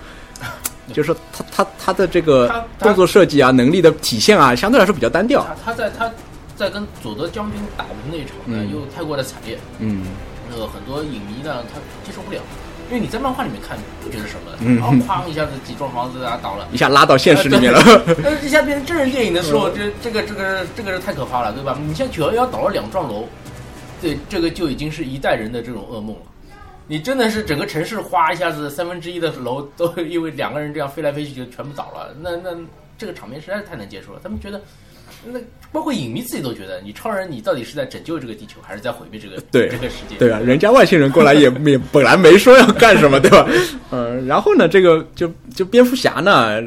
Speaker 2: 就是说他他他的这
Speaker 1: 他
Speaker 2: 个
Speaker 1: 他
Speaker 2: 动作设计啊，能力的体现啊，相对来说比较单调
Speaker 1: 他。他在他在跟佐德将军打的那一场呢，
Speaker 2: 嗯
Speaker 1: 又太过的惨烈，
Speaker 2: 嗯，
Speaker 1: 那个很多影迷呢他接受不了，因为你在漫画里面看不觉得什么，
Speaker 2: 嗯
Speaker 1: 然后哐一下子几幢房子啊倒了。
Speaker 2: 一下拉到现实里面了。
Speaker 1: 但是一下变成真人电影的时候，这
Speaker 2: 嗯
Speaker 1: 这个这个这个是太可怕了，对吧？你像九幺幺倒了两幢楼，对，这个就已经是一代人的这种噩梦了。你真的是整个城市哗一下子三分之一的楼都因为两个人这样飞来飞去就全部倒了，那那这个场面实在是太难接受了。他们觉得，那包括影迷自己都觉得，你超人你到底是在拯救这个地球，还是在毁灭这个
Speaker 2: 对
Speaker 1: 这个世界？
Speaker 2: 对啊，人家外星人过来也
Speaker 1: [LAUGHS]
Speaker 2: 也本来没说要干什么，对吧？嗯、然后呢，这个就就蝙蝠侠呢，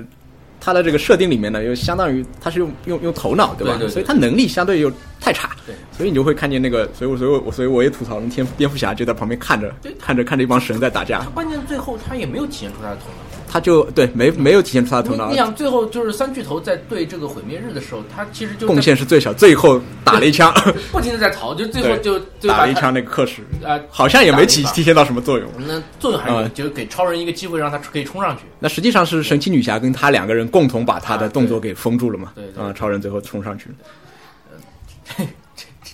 Speaker 2: 他的这个设定里面呢，又相当于他是用用用头脑，对吧？
Speaker 1: 对对对
Speaker 2: 所以他能力相对又太差。
Speaker 1: 对
Speaker 2: 所以你就会看见那个，所以我所以我所以我也吐槽，天蝙蝠侠就在旁边看着
Speaker 1: 对，
Speaker 2: 看着看着一帮神在打架
Speaker 1: 他，关键最后他也没有体现出他的头脑。
Speaker 2: 他就对没没有体现出他的头
Speaker 1: 你
Speaker 2: 脑
Speaker 1: 你，想最后就是三巨头在对这个毁灭日的时候，他其实就在
Speaker 2: 贡献是最小，最后打了一枪，
Speaker 1: 不停的在逃，就最后
Speaker 2: 对
Speaker 1: 就就
Speaker 2: [LAUGHS] 打
Speaker 1: 把
Speaker 2: 了一枪那个克什，
Speaker 1: 啊，
Speaker 2: 好像也没
Speaker 1: 打了
Speaker 2: 体
Speaker 1: 一把
Speaker 2: 体现到什么作用。
Speaker 1: 那作用还是有
Speaker 2: 啊
Speaker 1: 就是给超人一个机会，让他可以冲上去。
Speaker 2: 那实际上是神奇女侠跟他两个人共同把他的动作给封住了嘛？
Speaker 1: 啊对对对
Speaker 2: 啊、超人最后冲上去。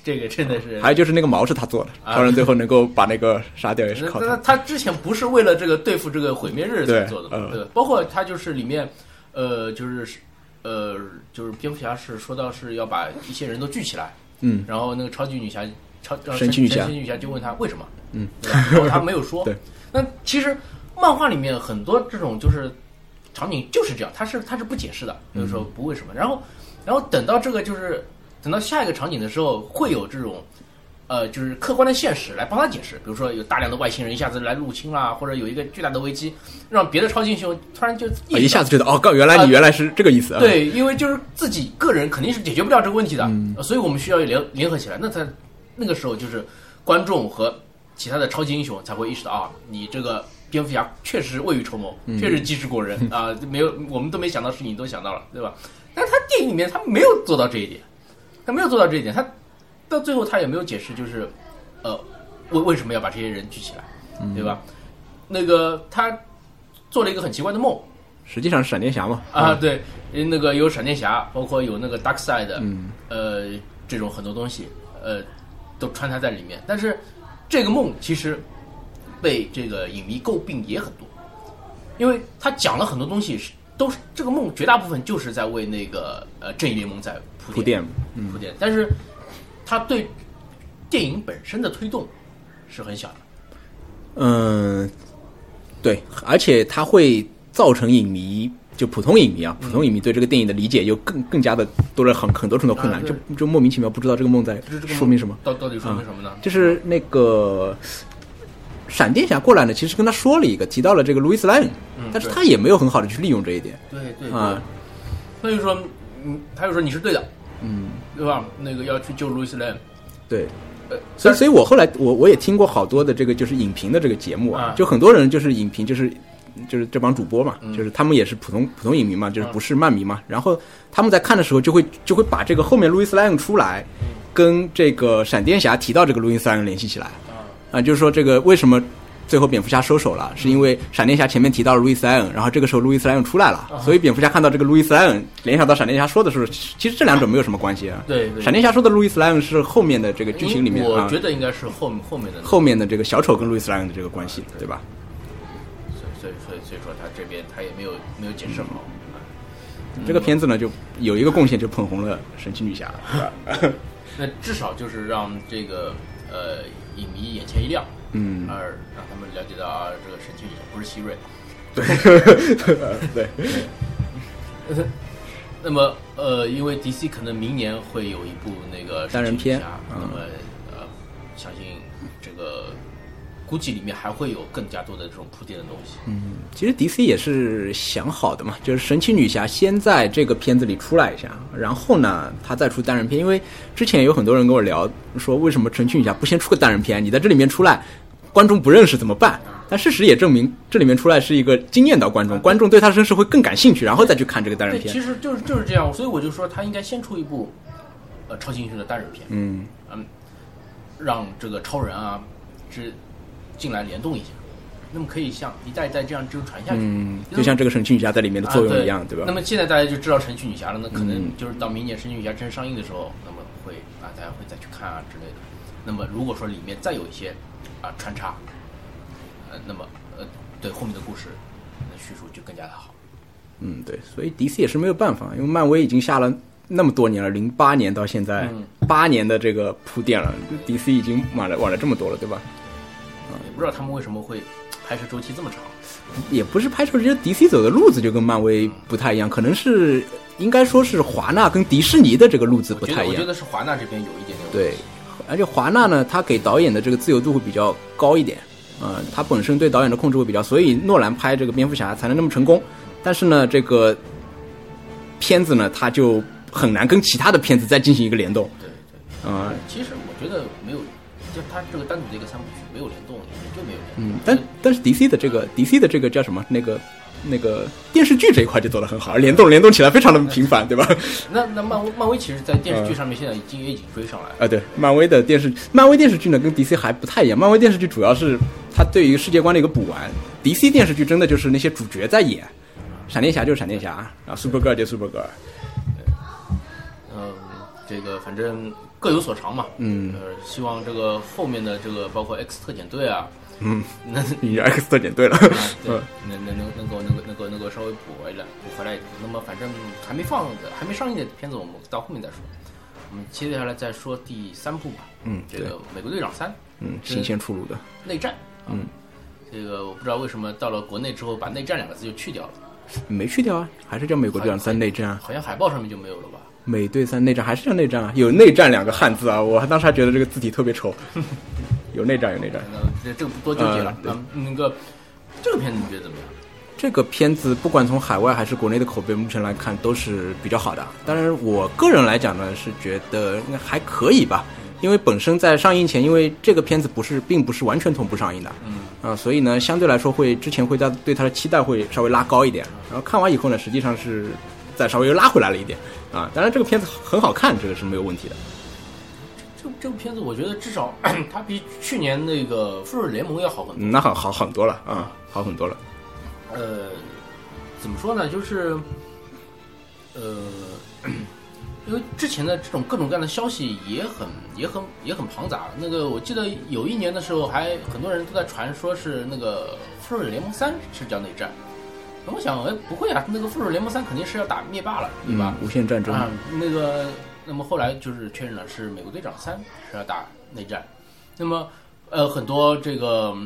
Speaker 1: 这个真的是
Speaker 2: 还有就是那个矛是他做的，
Speaker 1: 啊
Speaker 2: 超人最后能够把那个杀掉也是
Speaker 1: 那
Speaker 2: 靠
Speaker 1: 那他
Speaker 2: 他。
Speaker 1: 之前不是为了这个对付这个毁灭日才
Speaker 2: 对
Speaker 1: 做的嘛
Speaker 2: 嗯？
Speaker 1: 对吧，包括他就是里面，呃，就是呃，就是蝙蝠侠是说到是要把一些人都聚起来，
Speaker 2: 嗯，
Speaker 1: 然后那个超级女侠，超呃
Speaker 2: 神奇女侠
Speaker 1: 神奇女侠就问他为什么，
Speaker 2: 嗯
Speaker 1: 对吧，然后他没有说。
Speaker 2: [LAUGHS] 对，
Speaker 1: 那其实漫画里面很多这种就是场景就是这样，他是他是不解释的，就是说不为什么。然后然后等到这个就是等到下一个场景的时候，会有这种。呃，就是客观的现实来帮他解释，比如说有大量的外星人一下子来入侵啦，或者有一个巨大的危机，让别的超级英雄突然就意识
Speaker 2: 啊
Speaker 1: 到
Speaker 2: 一下子觉得哦，告原来
Speaker 1: 啊
Speaker 2: 你原来是这个意思啊！，
Speaker 1: 对，因为就是自己个人肯定是解决不了这个问题的，呃所以我们需要联联合起来。那才那个时候就是观众和其他的超级英雄才会意识到啊，你这个蝙蝠侠确实未雨绸缪，确实机智过人啊、没有我们都没想到的事情你都想到了，对吧？但是他电影里面他没有做到这一点，他没有做到这一点，他到最后他也没有解释，就是呃为为什么要把这些人聚起来，对吧？那个他做了一个很奇怪的梦，
Speaker 2: 实际上是闪电侠嘛，
Speaker 1: 啊，对，那个有闪电侠，包括有那个 Dark Side，、
Speaker 2: 嗯
Speaker 1: 呃，这种很多东西，呃，都穿插在里面。但是这个梦其实被这个影迷诟病也很多，因为他讲了很多东西是都是这个梦绝大部分就是在为那个呃正义联盟在铺
Speaker 2: 铺垫，嗯
Speaker 1: 铺垫，但是他对电影本身的推动是很小的。
Speaker 2: 嗯，对，而且它会造成影迷，就普通影
Speaker 1: 嗯
Speaker 2: 迷啊，普通影迷对这个电影的理解又更更加的多了很很多很多困难，
Speaker 1: 啊对
Speaker 2: 就就莫名其妙不知道这个梦在
Speaker 1: 就是这个梦
Speaker 2: 说明什么。啊
Speaker 1: 到到底说明什么呢？
Speaker 2: 就是那个闪电侠过来呢，其实跟他说了一个，提到了这个路易斯莱恩
Speaker 1: 嗯，
Speaker 2: 但是
Speaker 1: 对嗯
Speaker 2: 他也没有很好的去利用这一点
Speaker 1: 对对对，
Speaker 2: 啊。
Speaker 1: 他就说，嗯，他就说你是对的，
Speaker 2: 嗯，
Speaker 1: 对吧？那个要去救路易斯莱恩，
Speaker 2: 对，
Speaker 1: 呃，
Speaker 2: 所以
Speaker 1: 但是
Speaker 2: 所以我后来我我也听过好多的这个就是影评的这个节目啊
Speaker 1: 啊，
Speaker 2: 就很多人就是影评就是。就是这帮主播嘛，
Speaker 1: 嗯
Speaker 2: 就是他们也是普通普通影迷嘛，就是
Speaker 1: 嗯
Speaker 2: 不是漫迷嘛。然后他们在看的时候，就会就会把这个后面路易斯莱恩出来，跟这个闪电侠提到这个路易斯莱恩联系起来。
Speaker 1: 啊，嗯
Speaker 2: 啊，就是说这个为什么最后蝙蝠侠收手了，是因为闪电侠前面提到了路易斯莱恩，然后这个时候路易斯莱恩出来
Speaker 1: 啊
Speaker 2: 了，所以蝙蝠侠看到这个路易斯莱恩，联想到闪电侠说的时候，其其实这两者没有什么关系啊。
Speaker 1: 对对
Speaker 2: 闪电侠说的路易斯莱恩是后面的这个剧情里面
Speaker 1: 我
Speaker 2: 啊
Speaker 1: 觉，得应该是后后面的那个，
Speaker 2: 后面的这个小丑跟路易斯莱恩的这个关系，对吧？
Speaker 1: 所以所以所以所以说他这边他也没有没有解释好。
Speaker 2: 嗯
Speaker 1: 嗯
Speaker 2: 这个片子呢，就有一个贡献，就捧红了神奇女侠。
Speaker 1: 那至少就是让这个呃影迷眼前一亮，
Speaker 2: 嗯，
Speaker 1: 而让他们了解到啊，这个神奇女侠不是希瑞。 [LAUGHS]
Speaker 2: 对，
Speaker 1: 那么呃，因为 DC 可能明年会有一部那个神奇
Speaker 2: 单人片
Speaker 1: 女侠
Speaker 2: 嗯
Speaker 1: 那么呃，相信这个估计里面还会有更加多的这种铺垫的东西。
Speaker 2: 嗯，其实 DC 也是想好的嘛，就是神奇女侠先在这个片子里出来一下，然后呢，她再出单人片。因为之前有很多人跟我聊说，为什么神奇女侠不先出个单人片？你在这里面出来，观众不认识怎么办？但事实也证明，这里面出来是一个惊艳到观众，观众对他的身世会更感兴趣，然后再去看这个单人
Speaker 1: 对，
Speaker 2: 片。
Speaker 1: 其实就是就是这样，所以我就说他应该先出一部呃超级英雄的单人片，
Speaker 2: 嗯，
Speaker 1: 让这个超人啊之进来联动一下，那么可以像一代一代这样就传下去。
Speaker 2: 嗯，就像这个神奇女侠在里面的作用一样，
Speaker 1: 啊、
Speaker 2: 对
Speaker 1: 对
Speaker 2: 吧嗯
Speaker 1: 那？么现在大家就知道神奇女侠了，那可能就是到明年神奇女侠真上映的时候，那么会啊大家会再去看啊之类的。那么如果说里面再有一些啊穿插，呃，那么呃对后面的故事那叙述就更加的好。
Speaker 2: 嗯，对，所以 DC 也是没有办法，因为漫威已经下了那么多年了，零八年到现在
Speaker 1: 嗯
Speaker 2: 八、年的这个铺垫了，DC 已经晚了晚了这么多了，对吧？
Speaker 1: 也不知道他们为什么会拍摄周期这么长。
Speaker 2: 也不是拍出，这 DC 走的路子就跟漫威不太一样，可能是应该说是华纳跟迪士尼的这个路子不
Speaker 1: 我觉
Speaker 2: 太
Speaker 1: 得
Speaker 2: 一
Speaker 1: 我觉
Speaker 2: 样。
Speaker 1: 得是华纳这边有一点点问
Speaker 2: 对
Speaker 1: 题，
Speaker 2: 而且华纳呢，他给导演的这个自由度会比较高一点，呃，他本身对导演的控制会比较，所以诺兰拍这个蝙蝠侠才呃能那么成功。但是呢，这个片子呢，他就很难跟其他的片子再进行一个联动，
Speaker 1: 对对，
Speaker 2: 啊、
Speaker 1: 其实我觉得没有，就他这个单独的一个三部曲没有联动，也就没有联动。
Speaker 2: 嗯，但但是 DC 的这个 DC 的这个叫什么那个。那个电视剧这一块就做得很好，联动联动起来非常的频繁，对吧？
Speaker 1: 那那漫威漫威其实，在电视剧上面现在已经也已经追上来了。
Speaker 2: 啊，对，漫威的电视，漫威电视剧呢跟 DC 还不太一样，漫威电视剧主要是它对于世界观的一个补完，DC 电视剧真的就是那些主角在演，闪电侠就是闪电侠，然后 Super Girl 就 Super Girl，
Speaker 1: 嗯，这个反正各有所长嘛。嗯，呃，希望这个后面的这个包括 X 特遣队啊，
Speaker 2: 嗯，
Speaker 1: 那啊
Speaker 2: 你 X 特点对 [LAUGHS] 了，
Speaker 1: 对，能能能能够能够能够能够稍微补回来补回来一点。那么反正还没放的还没上映的片子，我们到后面再说。我们接下来再说第三部吧。
Speaker 2: 嗯
Speaker 1: 这
Speaker 2: 对
Speaker 1: 个《美国队长三》
Speaker 2: 嗯，新鲜出炉的，
Speaker 1: 内战。嗯，这个我不知道为什么到了国内之后，把“内战”两个字就去掉了，
Speaker 2: 没去掉啊，还是叫美国队长三内战啊，
Speaker 1: 好像海报上面就没有了吧？
Speaker 2: 美队三内战还是叫内战啊，有内战两个汉字啊，我当时还觉得这个字体特别丑， [LAUGHS] 有内战有内战。
Speaker 1: 那这这个不多纠结了。
Speaker 2: 呃
Speaker 1: 啊，那个这个片子你觉得怎么样？
Speaker 2: 这个片子不管从海外还是国内的口碑，目前来看都是比较好的。当然，我个人来讲呢，是觉得应该还可以吧，因为本身在上映前，因为这个片子不是并不是完全同步上映的，嗯，啊、所以呢，相对来说会之前会在对它的期待会稍微拉高一点，然后看完以后呢，实际上是再稍微又拉回来了一点，啊，当然这个片子很好看，这个是没有问题的，
Speaker 1: 这这部片子，我觉得至少 [COUGHS] 它比去年那个《复仇者联盟》要好很多。
Speaker 2: 嗯那好好很多了啊，好很多了，
Speaker 1: 呃，怎么说呢？就是，呃， [CLEARS THROAT] 因为之前的这种各种各样的消息也很、也很、也很庞杂。那个我记得有一年的时候，还很多人都在传说是那个《复仇者联盟三》是叫内战。那我想，哎，不会啊，那个《复仇者联盟三》肯定是要打灭霸了，对吧？
Speaker 2: 嗯？无限战争，
Speaker 1: 啊，那个，那么后来就是确认了是美国队长三是要打内战，那么呃很多这个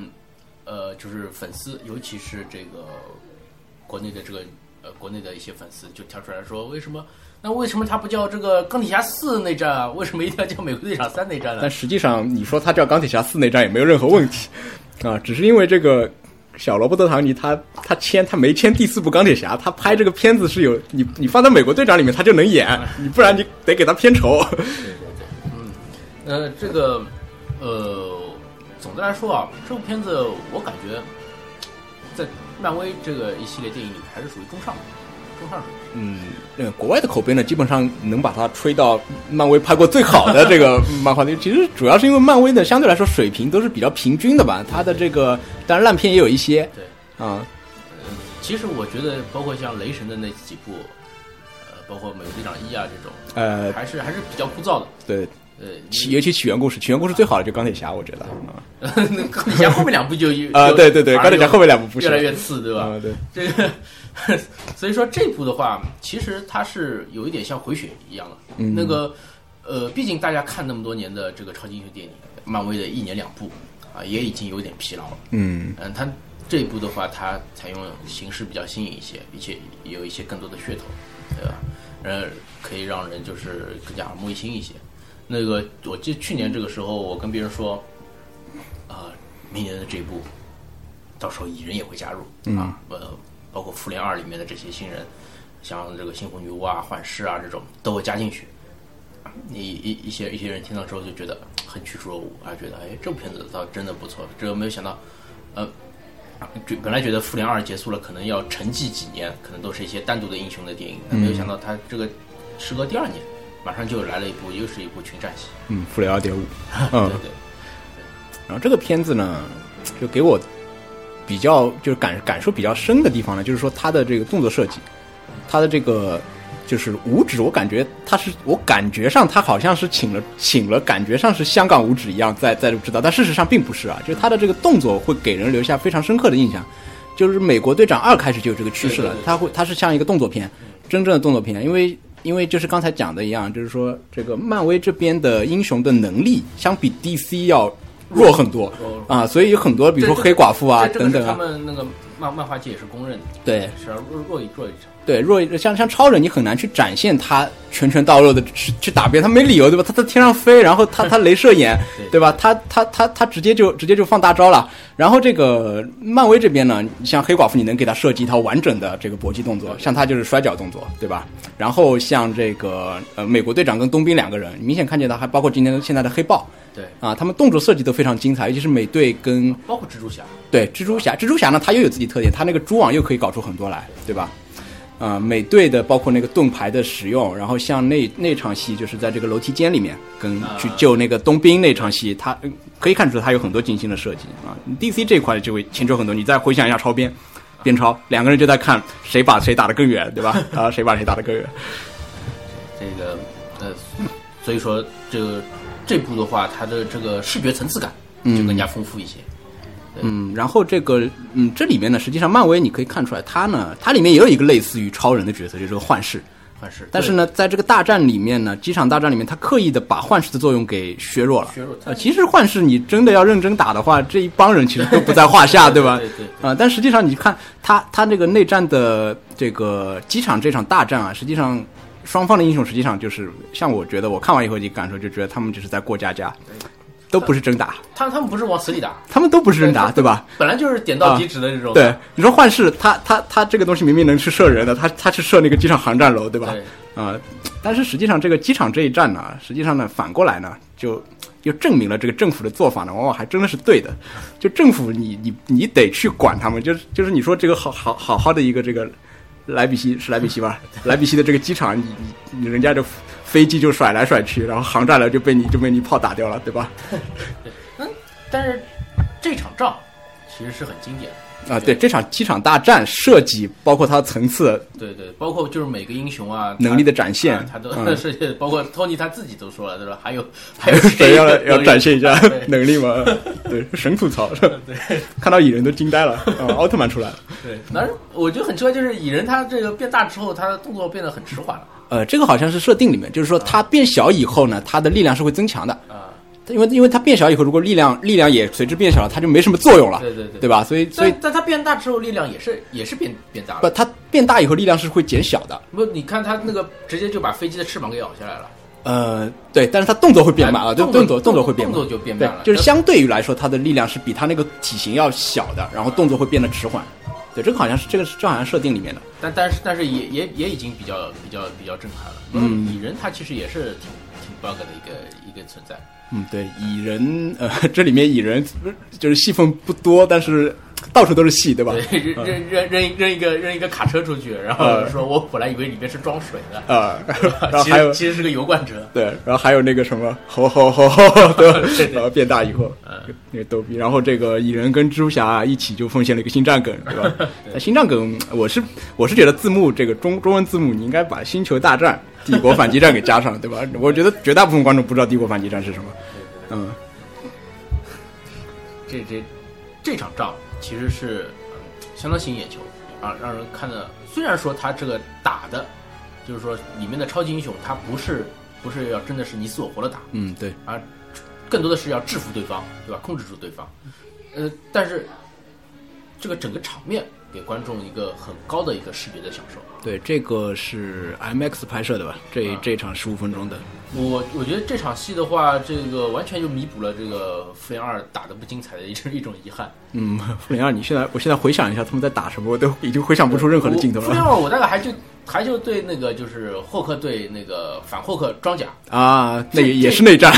Speaker 1: 呃就是粉丝，尤其是这个国内的这个呃国内的一些粉丝就跳出来说，为什么那为什么他不叫这个钢铁侠四内战啊？为什么一定要叫美国队长三内战
Speaker 2: [LAUGHS]
Speaker 1: 呢
Speaker 2: 但？实际上，你说它叫钢铁侠四内战也没有任何问题 [LAUGHS] 啊，只是因为这个小罗伯特·唐尼他他签他没签第四部钢铁侠，他拍这个片子是有你你放在美国队长里面他就能演，你不然你得给他片酬。
Speaker 1: 呃，这个呃，总的来说啊，这部片子我感觉在漫威这个一系列电影里面还是属于中上的，中上水平。
Speaker 2: 嗯，那个国外的口碑呢，基本上能把它吹到漫威拍过最好的这个漫画。其实主要是因为漫威的相对来说水平都是比较平均的吧，它的这个当然烂片也有一些
Speaker 1: 对。
Speaker 2: 啊，
Speaker 1: 其实我觉得，包括像雷神的那几部，呃，包括美国队长一啊这种，
Speaker 2: 呃，
Speaker 1: 还是还是比较枯燥的。
Speaker 2: 对，
Speaker 1: 呃，
Speaker 2: 起尤其起源故事，起源故事最好的就是钢铁侠，我觉得啊。
Speaker 1: 那钢铁侠后面两部就有
Speaker 2: [LAUGHS] 啊，对对对，
Speaker 1: 反
Speaker 2: 钢
Speaker 1: 而
Speaker 2: 铁侠后面两部不
Speaker 1: 越
Speaker 2: 行，
Speaker 1: 来越次，对吧？
Speaker 2: 啊，对，
Speaker 1: [LAUGHS] 这个，所以说这部的话，其实它是有一点像回血一样的。
Speaker 2: 嗯
Speaker 1: 那个，呃，毕竟大家看那么多年的这个超级英雄电影，漫威的一年两部啊，也已经有点疲劳了。
Speaker 2: 嗯，
Speaker 1: 嗯，它这一部的话，它采用形式比较新颖一些，而且有一些更多的噱头，对吧？呃，可以让人就是更加耳目一新一些。那个，我记得去年这个时候，我跟别人说，啊、明年的这一部，到时候蚁人也会加入、
Speaker 2: 嗯
Speaker 1: 啊，呃，包括复联二里面的这些新人，像这个猩红女巫啊、幻视啊这种都会加进去。一一一些一些人听到之后就觉得很趋之若鹜，啊，觉得哎，这部片子倒真的不错。这个没有想到，呃，就本来觉得《复联二》结束了，可能要沉寂几年，可能都是一些单独的英雄的电影，但没有想
Speaker 2: 嗯
Speaker 1: 到它这个时隔第二年，马上就来了一部又是一部群战戏。
Speaker 2: 嗯，复联二 [LAUGHS] 点五，
Speaker 1: 对
Speaker 2: 嗯，
Speaker 1: 对，
Speaker 2: 然后这个片子呢，就给我比较就是感感受比较深的地方呢，就是说它的这个动作设计，它的这个就是五指，我感觉它是我感觉上它好像是请了请了，感觉上是香港五指一样在在指导，但事实上并不是啊，就是它的这个动作会给人留下非常深刻的印象。就是美国队长二开始就有这个趋势了
Speaker 1: 对对，对
Speaker 2: 它会它是像一个动作片，真正的动作片，因为因为就是刚才讲的一样，就是说这个漫威这边的英雄的能力相比 DC 要弱很多
Speaker 1: 弱
Speaker 2: 啊，所以有很多比如说
Speaker 1: 对
Speaker 2: 黑寡妇啊
Speaker 1: 这这个
Speaker 2: 等
Speaker 1: 是
Speaker 2: 等
Speaker 1: 他
Speaker 2: 啊，
Speaker 1: 们那个漫漫画界也是公认的，
Speaker 2: 对
Speaker 1: 是啊，弱弱一弱一场。
Speaker 2: 对弱像像超人，你很难去展现他拳拳到肉的去去打别人，他没理由对吧？他在天上飞，然后他他镭射眼
Speaker 1: 对
Speaker 2: 对吧？他他他他直接就直接就放大招了。然后这个漫威这边呢，你像黑寡妇，你能给他设计一套完整的这个搏击动作，像他就是摔跤动作对吧？然后像这个呃美国队长跟冬兵两个人，明显看见他还包括今天现在的黑豹
Speaker 1: 对，
Speaker 2: 啊，他们动作设计都非常精彩，尤其是美队跟
Speaker 1: 包括蜘蛛侠，
Speaker 2: 对，蜘蛛侠，蜘蛛侠呢，它又有自己特点，它那个蛛网又可以搞出很多来，对吧？呃，美队的包括那个盾牌的使用，然后像那那场戏就是在这个楼梯间里面跟
Speaker 1: 啊
Speaker 2: 去救那个冬兵那场戏，它嗯可以看出它有很多精心的设计啊。DC 这块就会牵扯很多，你再回想一下超编，编超两个人就在看谁把谁打得更远，对吧？ [LAUGHS] 啊，谁把谁打得更远，
Speaker 1: 这个呃，所以说这个这部的话，它的这个视觉层次感就更加丰富一些。
Speaker 2: 嗯，然后这个，嗯，这里面呢，实际上漫威你可以看出来，它呢，它里面也有一个类似于超人的角色，就是这个幻视，
Speaker 1: 幻视，
Speaker 2: 但是
Speaker 1: 对
Speaker 2: 呢，在这个大战里面呢，几场大战里面，他刻意的把幻视的作用给削弱了。
Speaker 1: 削弱它
Speaker 2: 呃，其实幻视你真的要认真打的话，这一帮人其实都不在话
Speaker 1: [LAUGHS]
Speaker 2: 下，
Speaker 1: 对
Speaker 2: 吧？
Speaker 1: 对对对
Speaker 2: 啊、但实际上你看他他这个内战的这个机场这场大战啊，实际上双方的英雄实际上就是像我觉得我看完以后，你感受就觉得他们就是在过家家，都不是真打，
Speaker 1: 他他们不是往死里打，
Speaker 2: 他们都不是真打，
Speaker 1: 对 [LAUGHS]
Speaker 2: 对吧？
Speaker 1: 本来就是点到即止的这种。
Speaker 2: 啊对，你说幻视，他他他这个东西明明能去射人的，他他去射那个机场航站楼，对吧？
Speaker 1: 对
Speaker 2: 啊、但是实际上这个机场这一战呢，实际上呢反过来呢，就又证明了这个政府的做法呢，往往还真的是对的。就政府你你你得去管他们，就是就是你说这个好好好好的一个这个莱比锡是莱比锡吧？莱比锡的这个机场，你你你人家这飞机就甩来甩去，然后航站楼就被你就被你炮打掉了，对吧？
Speaker 1: 但是这场仗其实是很经典的。
Speaker 2: 啊、对，这场机场大战设计，包括它的层次，
Speaker 1: 对对，包括就是每个英雄啊，他
Speaker 2: 能力的展现
Speaker 1: 啊他 [LAUGHS] 都
Speaker 2: 嗯
Speaker 1: 是包括托尼他自己都说了，对吧？还
Speaker 2: [LAUGHS]
Speaker 1: 有还有
Speaker 2: 谁要
Speaker 1: [LAUGHS] 能力
Speaker 2: 要展现一下
Speaker 1: 对
Speaker 2: [LAUGHS] 能力吗？对，神吐
Speaker 1: [LAUGHS]
Speaker 2: 槽， [LAUGHS] 看到蚁人都惊呆了啊！奥特曼出来了。
Speaker 1: 对，但是我觉得很奇怪，就是蚁人他这个变大之后，他的动作变得很迟缓了啊
Speaker 2: 呃，这个好像是设定里面，就是说他变小以后呢，他的力量是会增强的，
Speaker 1: 啊。
Speaker 2: 因为因为他变小以后，如果力量力量也随之变小了，他就没什么作用了，
Speaker 1: 对对对
Speaker 2: 吧？所以所以
Speaker 1: 但但他变大之后，力量也是也是变变大
Speaker 2: 不，
Speaker 1: 了。
Speaker 2: 他变大以后力量是会减小的，
Speaker 1: 不，你看他那个直接就把飞机的翅膀给咬下来了。
Speaker 2: 呃，对，但是他动作会变慢啊，
Speaker 1: 哎
Speaker 2: 对，
Speaker 1: 动作
Speaker 2: 作
Speaker 1: 动作
Speaker 2: 作会变慢，
Speaker 1: 动作就变慢
Speaker 2: 对
Speaker 1: 了
Speaker 2: 就是相对于来说，他的力量是比他那个体型要小的，然后动作会变得迟缓，对，这个好像是这个是这好像设定里面的。
Speaker 1: 但但是但是也也也已经比较比较比较震撼了。嗯，蚁人他其实也是挺挺 bug 的一个一个存在。
Speaker 2: 嗯，对，蚁人，呃，这里面蚁人就是戏份不多，但是到处都是戏，对吧？
Speaker 1: 对， [LAUGHS] 扔扔扔扔扔一个扔一个卡车出去，然后
Speaker 2: 呃
Speaker 1: 说我本来以为里面是装水的，
Speaker 2: 啊、 [LAUGHS] 然后
Speaker 1: 其
Speaker 2: 还有
Speaker 1: 实其实是个油罐车。
Speaker 2: 对，然后还有那个什么，吼吼吼吼吼，对吧
Speaker 1: [LAUGHS] 对对
Speaker 2: 然后变大以后
Speaker 1: 嗯，
Speaker 2: 那个逗逼，然后这个蚁人跟蜘蛛侠一起就奉献了一个星战梗，对
Speaker 1: [LAUGHS]
Speaker 2: 吧？那星战梗，我是我是觉得字幕这个中中文字幕，你应该把《星球大战》《帝国反击战》给加上，
Speaker 1: [LAUGHS]
Speaker 2: 对吧？我觉得绝大部分观众不知道《帝国反击战》是什么，嗯，
Speaker 1: 这这这场仗其实是、嗯相当吸引眼球啊，让人看的。虽然说他这个打的，就是说里面的超级英雄，他不是不是要真的是你死我活的打，
Speaker 2: 嗯，对，
Speaker 1: 而更多的是要制服对方，对吧？控制住对方。呃，但是这个整个场面给观众一个很高的一个视觉的享受。啊
Speaker 2: 对，这个是 IMAX 拍摄的吧？这、
Speaker 1: 嗯
Speaker 2: 这场十五分钟的，
Speaker 1: 我我觉得这场戏的话，这个完全就弥补了这个《复联二》打得不精彩的一 [LAUGHS] 种一种遗憾。
Speaker 2: 嗯， [LAUGHS] 复联二，你现在我现在回想一下他们在打什么，我都已经回想不出任何的镜头
Speaker 1: 复联
Speaker 2: 了
Speaker 1: 二，我大概还就还就对那个就是霍克对那个反霍克装
Speaker 2: [LAUGHS]
Speaker 1: 甲，
Speaker 2: 啊，那
Speaker 1: 这
Speaker 2: 也
Speaker 1: 这
Speaker 2: 也是内
Speaker 1: [LAUGHS]
Speaker 2: 战，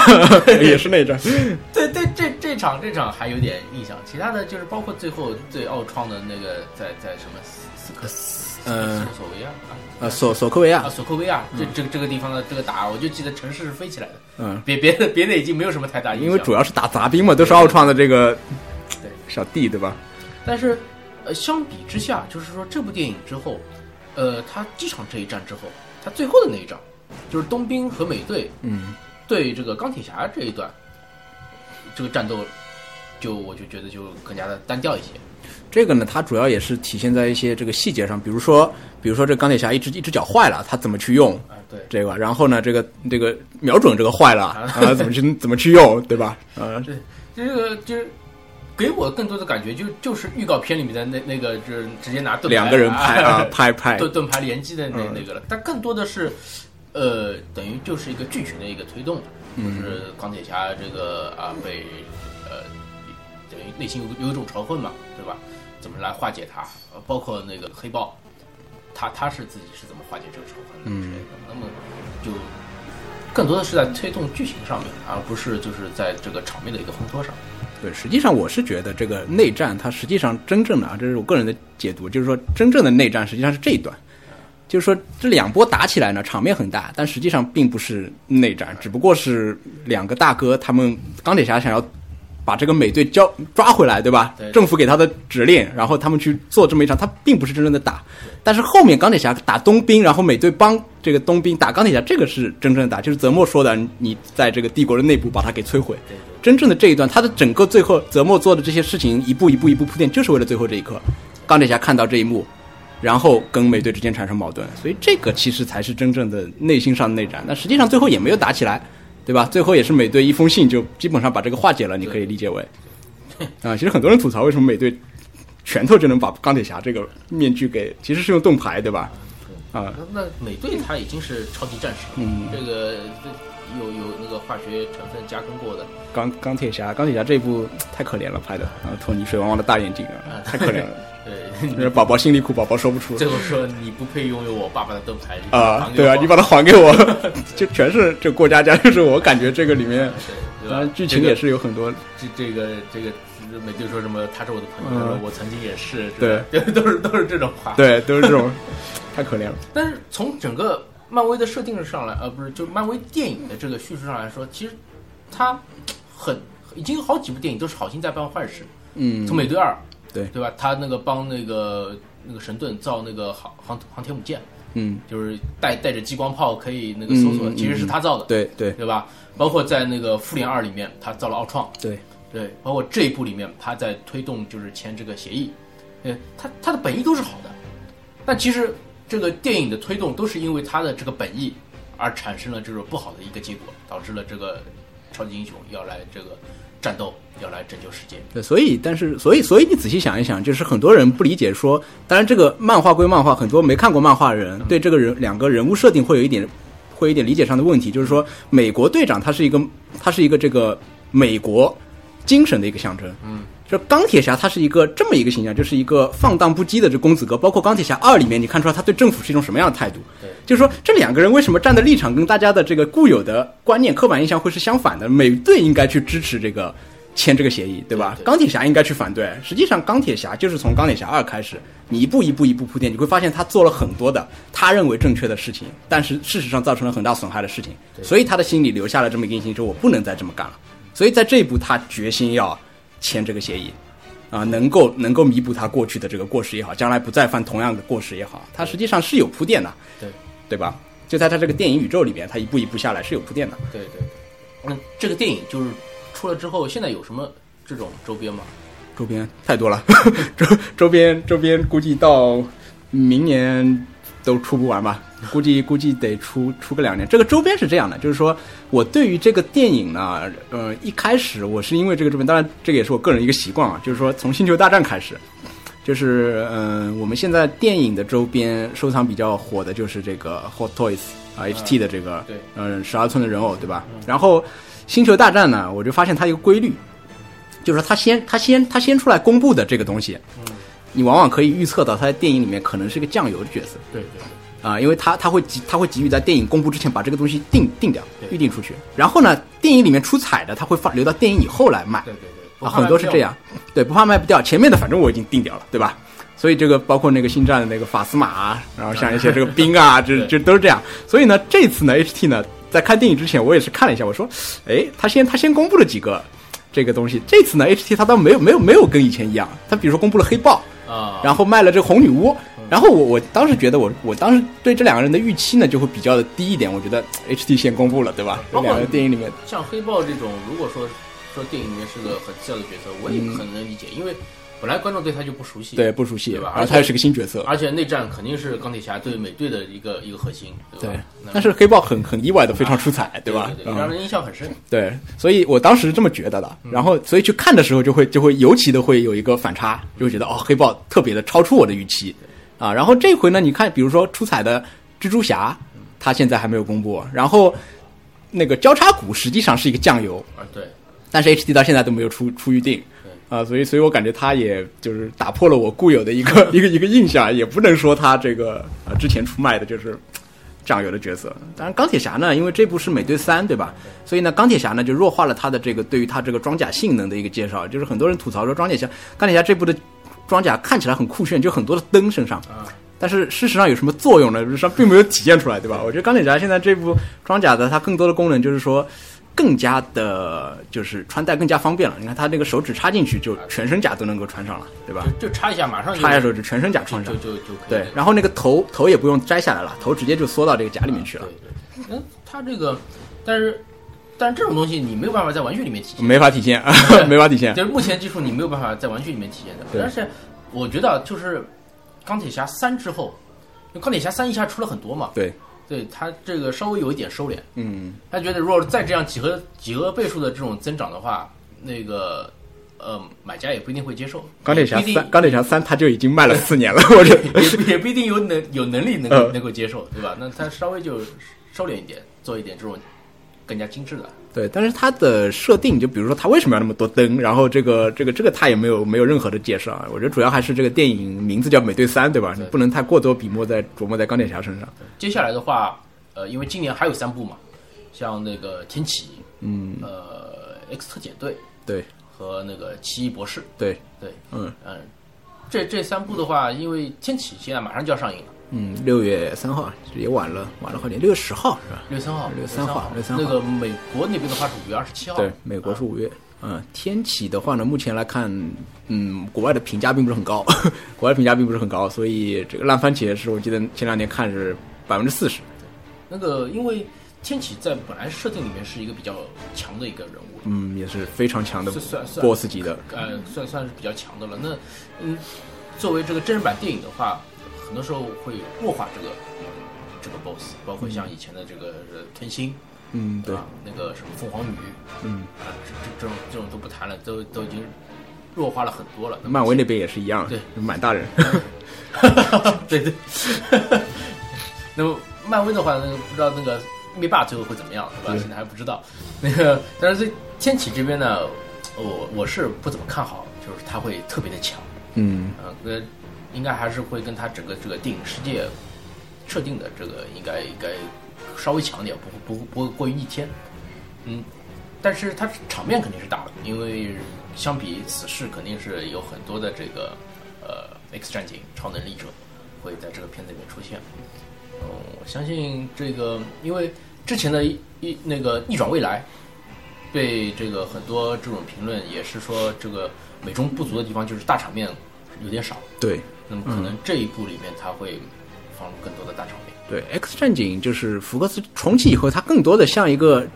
Speaker 2: [LAUGHS] 也是内战，
Speaker 1: 对对，这这场这场还有点印象，其他的就是包括最后对奥创的那个在在什么斯斯科斯
Speaker 2: 呃嗯
Speaker 1: 索维亚啊
Speaker 2: 呃，索索科维亚
Speaker 1: 啊，索科维亚这这个这个地方的这个打，我就记得城市是飞起来的，
Speaker 2: 嗯，
Speaker 1: 别别的别的已经没有什么太大印象，
Speaker 2: 因为主要是打杂兵嘛，都是奥创的这个
Speaker 1: 对
Speaker 2: 小弟，对吧？
Speaker 1: 但是，呃，相比之下，就是说这部电影之后，呃，他机场这一战之后，他最后的那一仗，就是冬兵和美队
Speaker 2: 嗯，
Speaker 1: 对这个钢铁侠这一段，这个战斗，就我就觉得就更加的单调一些。
Speaker 2: 这个呢，它主要也是体现在一些这个细节上，比如说，比如说这钢铁侠一只一只脚坏了，他怎么去用
Speaker 1: 啊，对，
Speaker 2: 这个？然后呢，这个这个瞄准这个坏了啊，怎么去怎么去用，对吧？呃，
Speaker 1: 对，啊这个就是。给我更多的感觉就就是预告片里面的那那个，就是直接拿盾牌
Speaker 2: 两个人
Speaker 1: [LAUGHS]
Speaker 2: 拍啊拍拍，
Speaker 1: 盾盾牌联机的那
Speaker 2: 嗯
Speaker 1: 那个了，但更多的是，呃，等于就是一个剧情的一个推动，就是钢铁侠这个啊被呃等于内心有有一种仇恨嘛，对吧？怎么来化解它？呃包括那个黑豹，他他是自己是怎么化解这个仇恨的之类的。那么就更多的是在推动剧情上面，而不是就是在这个场面的一个烘托上。
Speaker 2: 对，实际上我是觉得这个内战，它实际上真正的啊，这是我个人的解读，就是说真正的内战实际上是这一段，就是说这两波打起来呢，场面很大，但实际上并不是内战，只不过是两个大哥他们钢铁侠想要把这个美队交抓回来，对吧？
Speaker 1: 对
Speaker 2: 政府给他的指令，然后他们去做这么一场，他并不是真正的打，但是后面钢铁侠打冬兵，然后美队帮这个冬兵打钢铁侠，这个是真正的打，就是泽莫说的，你你在这个帝国的内部把它给摧毁。
Speaker 1: 对对。
Speaker 2: 真正的这一段，他的整个最后泽莫做的这些事情，一步一步一步铺垫，就是为了最后这一刻，钢铁侠看到这一幕，然后跟美队之间产生矛盾，所以这个其实才是真正的内心上的内战。那实际上最后也没有打起来，对吧？最后也是美队一封信就基本上把这个化解了，你可以理解为，啊，其实很多人吐槽为什么美队拳头就能把钢铁侠这个面具给，其实是用盾牌，对吧？啊，
Speaker 1: 那美队他已经是超级战士了，
Speaker 2: 嗯
Speaker 1: 这个这有有那个化学成分加工过的，
Speaker 2: 钢钢铁侠，钢铁侠这一部太可怜了，拍的啊，托尼水汪汪的大眼睛啊，太可怜了。
Speaker 1: 对，
Speaker 2: 就是宝宝心里苦，宝宝说不出
Speaker 1: 最后说你不配拥有我爸爸的盾牌，你把它
Speaker 2: 啊
Speaker 1: 还，给
Speaker 2: 对啊，
Speaker 1: 我
Speaker 2: 你把它还给我， [LAUGHS] 就全是这过家家，就是我感觉这个里
Speaker 1: 对
Speaker 2: 面，
Speaker 1: 对
Speaker 2: 当
Speaker 1: 吧
Speaker 2: 然？啊剧情也是有很多，
Speaker 1: 这这个这个这美队说什么？他是我的朋友，
Speaker 2: 嗯
Speaker 1: 他说我曾经也是，是吧， [LAUGHS] 都是都是这种话。，
Speaker 2: 对，都是这种，太可怜了，
Speaker 1: 但是从整个漫威的设定上来，呃，不是，就漫威电影的这个叙述上来说，其实他很已经有好几部电影都是好心在办坏事，
Speaker 2: 嗯
Speaker 1: 从美队二，
Speaker 2: 对
Speaker 1: 对吧？他那个帮那个那个神盾造那个航航航天母舰，
Speaker 2: 嗯，
Speaker 1: 就是带带着激光炮可以那个搜索，
Speaker 2: 嗯嗯
Speaker 1: 其实是他造的，
Speaker 2: 对对
Speaker 1: 对吧？包括在那个复联二里面，他造了奥创，
Speaker 2: 对，
Speaker 1: 对，包括这一部里面他在推动就是签这个协议，呃，他他的本意都是好的，但其实这个电影的推动都是因为他的这个本意而产生了这种不好的一个结果，导致了这个超级英雄要来这个战斗，要来拯救世界，
Speaker 2: 对，所以，但是，所以，所以你仔细想一想，就是很多人不理解说，当然这个漫画归漫画，很多没看过漫画的
Speaker 1: 嗯
Speaker 2: 人对这个人两个人物设定会有一点，会有一点理解上的问题，就是说，美国队长他是一个，他是一个这个美国精神的一个象征，嗯，就钢铁侠他是一个这么一个形象，就是一个放荡不羁的这公子哥，包括钢铁侠二里面，你看出来他对政府是一种什么样的态度，
Speaker 1: 对。
Speaker 2: 就是说这两个人为什么站的立场跟大家的这个固有的观念、刻板印象会是相反的？美队应该去支持这个签这个协议，对吧？
Speaker 1: 对对
Speaker 2: 钢铁侠应该去反对。实际上，钢铁侠就是从钢铁侠二开始，你一步一步一步铺垫，你会发现他做了很多的他认为正确的事情，但是事实上造成了很大损害的事情，所以他的心里留下了这么一个印象，就是我不能再这么干了。所以在这一步，他决心要签这个协议。啊，能够能够弥补他过去的这个过失也好，将来不再犯同样的过失也好，他实际上是有铺垫的。
Speaker 1: 对
Speaker 2: 对吧？就在他这个电影宇宙里边，他一步一步下来是有铺垫的。
Speaker 1: 对对，那这个电影就是出了之后，现在有什么这种周边吗？
Speaker 2: 周边太多了，周 [LAUGHS] 周边周边估计到明年都出不完吧，估计估计得出出个两年。这个周边是这样的，就是说我对于这个电影呢，呃，一开始我是因为这个周边，当然这个也是我个人一个习惯啊，就是说从《星球大战》开始，就是嗯、呃我们现在电影的周边收藏比较火的就是这个 Hot Toys 啊 HT 的这个
Speaker 1: 对
Speaker 2: 嗯十二寸的人偶对吧？然后星球大战呢，我就发现它一个规律，就是说它先它先它先出来公布的这个东西，你往往可以预测到它在电影里面可能是个酱油的角色。
Speaker 1: 对对
Speaker 2: 啊、因为他他会急他会急于在电影公布之前把这个东西定定掉，
Speaker 1: 对
Speaker 2: 预定出去。然后呢，电影里面出彩的他会放留到电影以后来卖
Speaker 1: 对对对
Speaker 2: 啊，很多是这。样，对，不怕卖不掉，前面的反正我已经定掉了，对吧？所以这个包括那个星战的那个法斯玛啊，然后像一些这个兵啊，这这都是这样。所以呢，这次呢，HT 呢，在看电影之前，我也是看了一下，我说，哎，他先他先公布了几个这个东西，这次呢，HT 他倒没有没有没有跟以前一样，他比如说公布了黑豹，
Speaker 1: 啊，
Speaker 2: 然后卖了这红女巫，然后我我当时觉得我我当时对这两个人的预期呢就会比较的低一点，我觉得 H T 先公布了，对吧？这
Speaker 1: 包括
Speaker 2: 两个电影里面，
Speaker 1: 像黑豹这种，如果说说电影里面是个很次要的角色，我也很能理解，因为本来观众对他就不熟悉。
Speaker 2: 嗯对，不熟悉，
Speaker 1: 对吧
Speaker 2: 然
Speaker 1: 而
Speaker 2: 后
Speaker 1: 且
Speaker 2: 他又是个新角色，
Speaker 1: 而且内战肯定是钢铁侠对美队的一个一个核心，对
Speaker 2: 对
Speaker 1: 吧？那。
Speaker 2: 但是黑豹很很意外的非常出彩，
Speaker 1: 对
Speaker 2: 吧？
Speaker 1: 对，嗯让
Speaker 2: 嗯，
Speaker 1: 人印象很深。
Speaker 2: 对，所以我当时是这么觉得的。然后，所以去看的时候就会就会尤其的会有一个反差，就会觉得哦，黑豹特别的超出我的预期啊。然后这回呢，你看，比如说出彩的蜘蛛侠，他现在还没有公布，然后那个交叉骨实际上是一个酱油。
Speaker 1: 啊，对，
Speaker 2: 但是 HD 到现在都没有出出预定，啊、所以所以我感觉它也就是打破了我固有的一个 [LAUGHS] 一个一个印象，也不能说它这个呃之前出卖的就是酱油的角色。当然，钢铁侠呢，因为这部是美队三，对吧？所以呢，钢铁侠呢就弱化了他的这个对于他这个装甲性能的一个介绍，就是很多人吐槽说钢铁侠钢铁侠这部的装甲看起来很酷炫，就很多的灯身上，
Speaker 1: 啊，
Speaker 2: 但是事实上有什么作用呢？实际上并没有体现出来，对吧？我觉得钢铁侠现在这部装甲的它更多的功能就是说，更加的就是穿戴更加方便了。你看它那个手指插进去，就全身甲都能够穿上了，对吧？
Speaker 1: 就就插一下，马上就
Speaker 2: 插一下手指，全身甲穿
Speaker 1: 就
Speaker 2: 上。
Speaker 1: 就就可以。
Speaker 2: 对，然后那个头头也不用摘下来了，头直接就缩到这个甲里面去了，
Speaker 1: 啊对对，那他这个，但是但是这种东西你没有办法在玩具里面体现，
Speaker 2: 没法
Speaker 1: [LAUGHS]
Speaker 2: 体现，没法体现。
Speaker 1: 就是目前技术你没有办法在玩具里面体现的。
Speaker 2: 对
Speaker 1: 但是我觉得啊就是钢铁侠三之后，因为钢铁侠三一下出了很多嘛，
Speaker 2: 对，
Speaker 1: 对他这个稍微有一点收敛，
Speaker 2: 嗯，
Speaker 1: 他觉得如果再这样几何几何倍数的这种增长的话，那个呃买家也不一定会接受。
Speaker 2: 钢铁侠
Speaker 1: 也不一定
Speaker 2: 三，钢铁侠三，它就已经卖了四年了，我觉得。
Speaker 1: 也也不一定有能有能力能够
Speaker 2: 嗯
Speaker 1: 能够接受，对吧？那他稍微就收敛一点，做一点这种更加精致的。
Speaker 2: 对，但是它的设定，就比如说它为什么要那么多灯，然后这个这个这个它也没有没有任何的介绍啊。我觉得主要还是这个电影名字叫《美队三》，对吧？你不能太过多笔墨在琢磨在钢铁侠身上。
Speaker 1: 接下来的话，呃，因为今年还有三部嘛，像那个天启，嗯，呃，X 特遣队
Speaker 2: 对
Speaker 1: 和那个奇异博士，
Speaker 2: 对，
Speaker 1: 对，
Speaker 2: 嗯
Speaker 1: 嗯，这这三部的话，因为天启现在马上就要上映了，
Speaker 2: 嗯，六月三号也晚了，晚了快点，六月十号是吧？
Speaker 1: 六月三号，
Speaker 2: 6月
Speaker 1: 3
Speaker 2: 3号6 3号
Speaker 1: 那个美国那边的话是五月二十七号，
Speaker 2: 对，美国是五月。嗯，天启的话呢，目前来看，嗯，国外的评价并不是很高， [LAUGHS] 国外评价并不是很高，所以这个烂番茄是我记得前两年看是百分之四十。
Speaker 1: 那个因为天启在本来设定里面是一个比较强的一个人物，
Speaker 2: 嗯，也是非常强的
Speaker 1: 是算算
Speaker 2: boss 级的，
Speaker 1: 呃，算算是比较强的了。那，嗯，作为这个真人版电影的话，很多时候会弱化这个这个 BOSS，包括像以前的这个呃吞星，
Speaker 2: 嗯，对
Speaker 1: 吧，？那个什么凤凰女
Speaker 2: 嗯，
Speaker 1: 啊，这这这种这种都不谈了，都都已经弱化了很多了。那么
Speaker 2: 漫威那边也是一样，
Speaker 1: 对，
Speaker 2: 满大人，
Speaker 1: [LAUGHS] 对对。那么漫威的话，那个不知道那个灭霸最后会怎么样，对吧？
Speaker 2: 对
Speaker 1: 现在还不知道。 [LAUGHS] 那个，但是这天启这边呢，我我是不怎么看好，就是他会特别的强。
Speaker 2: 嗯，
Speaker 1: 呃，跟应该还是会跟他整个这个电影世界设定的这个应该应该稍微强点，不会不会不会过于逆天。嗯，但是它场面肯定是大的，因为相比死侍肯定是有很多的这个呃 X 战警、超能力者会在这个片子里面出现。嗯、我相信这个，因为之前的一一那个逆转未来。对这个很多这种评论也是说，这个美中不足的地方就是大场面有点少，
Speaker 2: 对
Speaker 1: 那么可
Speaker 2: 嗯
Speaker 1: 能这一部里面它会放入更多的大场面。
Speaker 2: 对，《X 战警》就是福克斯重启以后，它更多的像一个